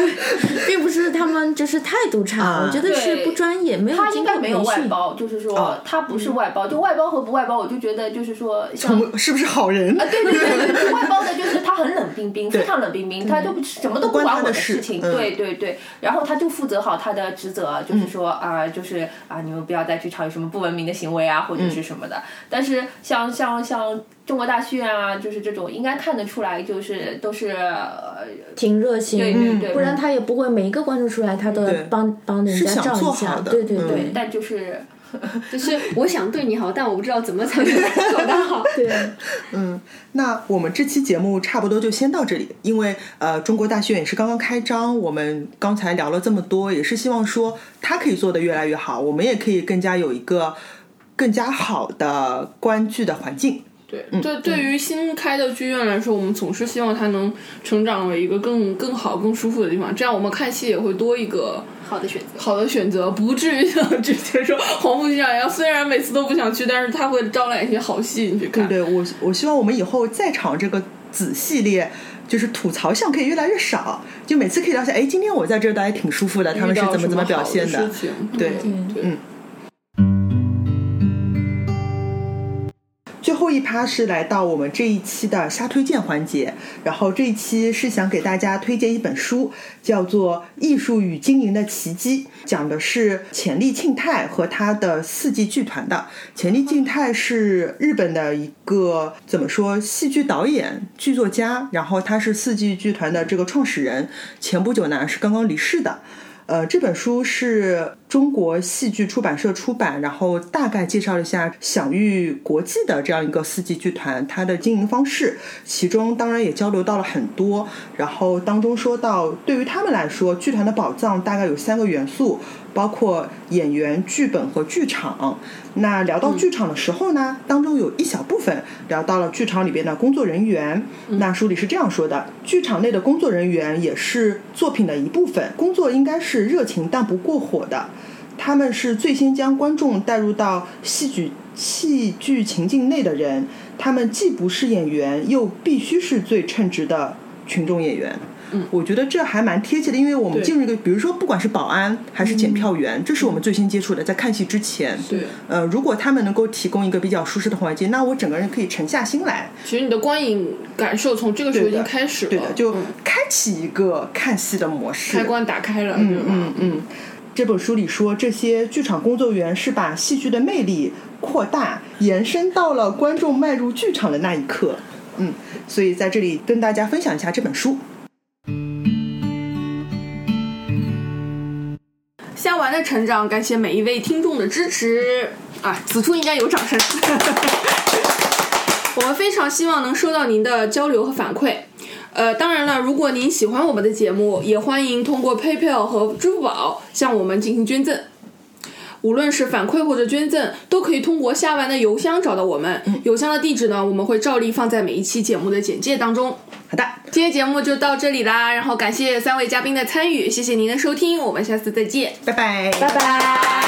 [SPEAKER 6] 并不是他们就是态度差，
[SPEAKER 3] 啊
[SPEAKER 6] 我觉得是
[SPEAKER 5] 对
[SPEAKER 6] 不专业，没有
[SPEAKER 5] 他
[SPEAKER 6] 经
[SPEAKER 5] 应
[SPEAKER 6] 过
[SPEAKER 5] 该没有
[SPEAKER 6] 培
[SPEAKER 5] 外
[SPEAKER 6] 训。
[SPEAKER 5] 包，就是说
[SPEAKER 3] 啊
[SPEAKER 5] 他不是外包，就外包和不外包，我就觉得就是说像
[SPEAKER 3] [laughs] 我是不是好人？
[SPEAKER 5] 啊，对对对对对，外包的就是他很冷冰冰，
[SPEAKER 3] 对
[SPEAKER 5] 非常冷冰冰，他就不什么都
[SPEAKER 3] 不关
[SPEAKER 5] 管
[SPEAKER 3] 他
[SPEAKER 5] 我的
[SPEAKER 3] 的事
[SPEAKER 5] 事情，
[SPEAKER 3] 嗯
[SPEAKER 5] 对对对，然后他就负责好他的职责，就是说啊，就是啊，你们不要在职场有什么不文明的行为啊，或
[SPEAKER 3] 嗯
[SPEAKER 5] 者是什么的。但是像像像中国大剧院啊，就是这种应该看得出来，就是都是呃
[SPEAKER 6] 挺热心，
[SPEAKER 5] 对对对
[SPEAKER 6] 不然他也不会每一个观众出来，他都要
[SPEAKER 3] 对
[SPEAKER 6] 帮帮人
[SPEAKER 3] 是
[SPEAKER 6] 家
[SPEAKER 3] 想
[SPEAKER 6] 照
[SPEAKER 3] 做
[SPEAKER 6] 一下
[SPEAKER 3] 好，的
[SPEAKER 6] 对对
[SPEAKER 3] 嗯
[SPEAKER 6] 对。
[SPEAKER 5] 但就是
[SPEAKER 4] 就是我想对你好，但我不知道怎么才能 [laughs] 做到好。
[SPEAKER 3] 那我们这期节目差不多就先到这里，因为呃，中国大学也是刚刚开张，我们刚才聊了这么多，也是希望说它可以做得越来越好，我们也可以更加有一个更加好的观剧的环境。
[SPEAKER 2] 对，对，对
[SPEAKER 3] 嗯
[SPEAKER 2] 于新开的剧院来说，我们总是希望它能成长为一个更更好、更舒服的地方，这样我们看戏也会多一个
[SPEAKER 4] 好的选择。
[SPEAKER 2] 好的选择，不至于像之前说黄埔剧场一样，虽然每次都不想去，但是它会招揽一些好戏你去看。
[SPEAKER 3] 对我，我希望我们以后在场这个子系列。就是吐槽项可以越来越少，就每次可以聊一下，哎，今天我在这儿倒还挺舒服的，他们是怎么怎么表现
[SPEAKER 2] 遇到什么好的事情？
[SPEAKER 3] 对，嗯。最后一趴是来到我们这一期的瞎推荐环节，然后这一期是想给大家推荐一本书，叫做《艺术与经营的奇迹》，讲的是潜力庆太和他的四季剧团的。潜力庆太是日本的一个怎么说戏剧导演、剧作家，然后他是四季剧团的这个创始人，前不久呢是刚刚离世的。呃，这本书是中国戏剧出版社出版，然后大概介绍了一下享誉国际的这样一个四季剧团它的经营方式，其中当然也交流到了很多，然后当中说到对于他们来说，剧团的宝藏大概有三个元素，包括演员、剧本和剧场。那聊到剧场的时候呢，当中有一小部分聊到了剧场里边的工作人员。那书里是这样说的：剧场内的工作人员也是作品的一部分，工作应该是热情但不过火的。他们是最先将观众带入到戏剧戏剧情境内的人，他们既不是演员，又必须是最称职的群众演员。嗯，我觉得这还蛮贴切的，因为我们
[SPEAKER 2] 对嗯
[SPEAKER 3] 进入一个，比如说不管是保安还是检票员，这是我们最先接触的，在看戏之前。
[SPEAKER 2] 对，
[SPEAKER 3] 呃，如果他们能够提供一个比较舒适的环境，那我整个人可以沉下心来。
[SPEAKER 2] 其实你的观影感受从这个时候已经开始了，
[SPEAKER 3] 对的，就
[SPEAKER 2] 嗯
[SPEAKER 3] 开启一个看戏的模式。
[SPEAKER 2] 开关打开了，对
[SPEAKER 3] 嗯
[SPEAKER 2] 吧？
[SPEAKER 3] 嗯嗯。这本书里说，这些剧场工作人员是把戏剧的魅力扩大、延伸到了观众迈入剧场的那一刻。嗯，所以在这里跟大家分享一下这本书。
[SPEAKER 2] 虾丸的成长，感谢每一位听众的支持啊！此处应该有掌声。 [laughs] 我们非常希望能收到您的交流和反馈。呃，当然了，如果您喜欢我们的节目，也欢迎通过 PayPal 和支付宝向我们进行捐赠。无论是反馈或者捐赠，都可以通过下完的邮箱找到我们。邮箱的地址呢，我们会照例放在每一期节目的简介当中。
[SPEAKER 3] 好的，
[SPEAKER 2] 今天节目就到这里啦，然后感谢三位嘉宾的参与，谢谢您的收听，我们下次再见，
[SPEAKER 3] 拜拜。
[SPEAKER 2] 拜拜。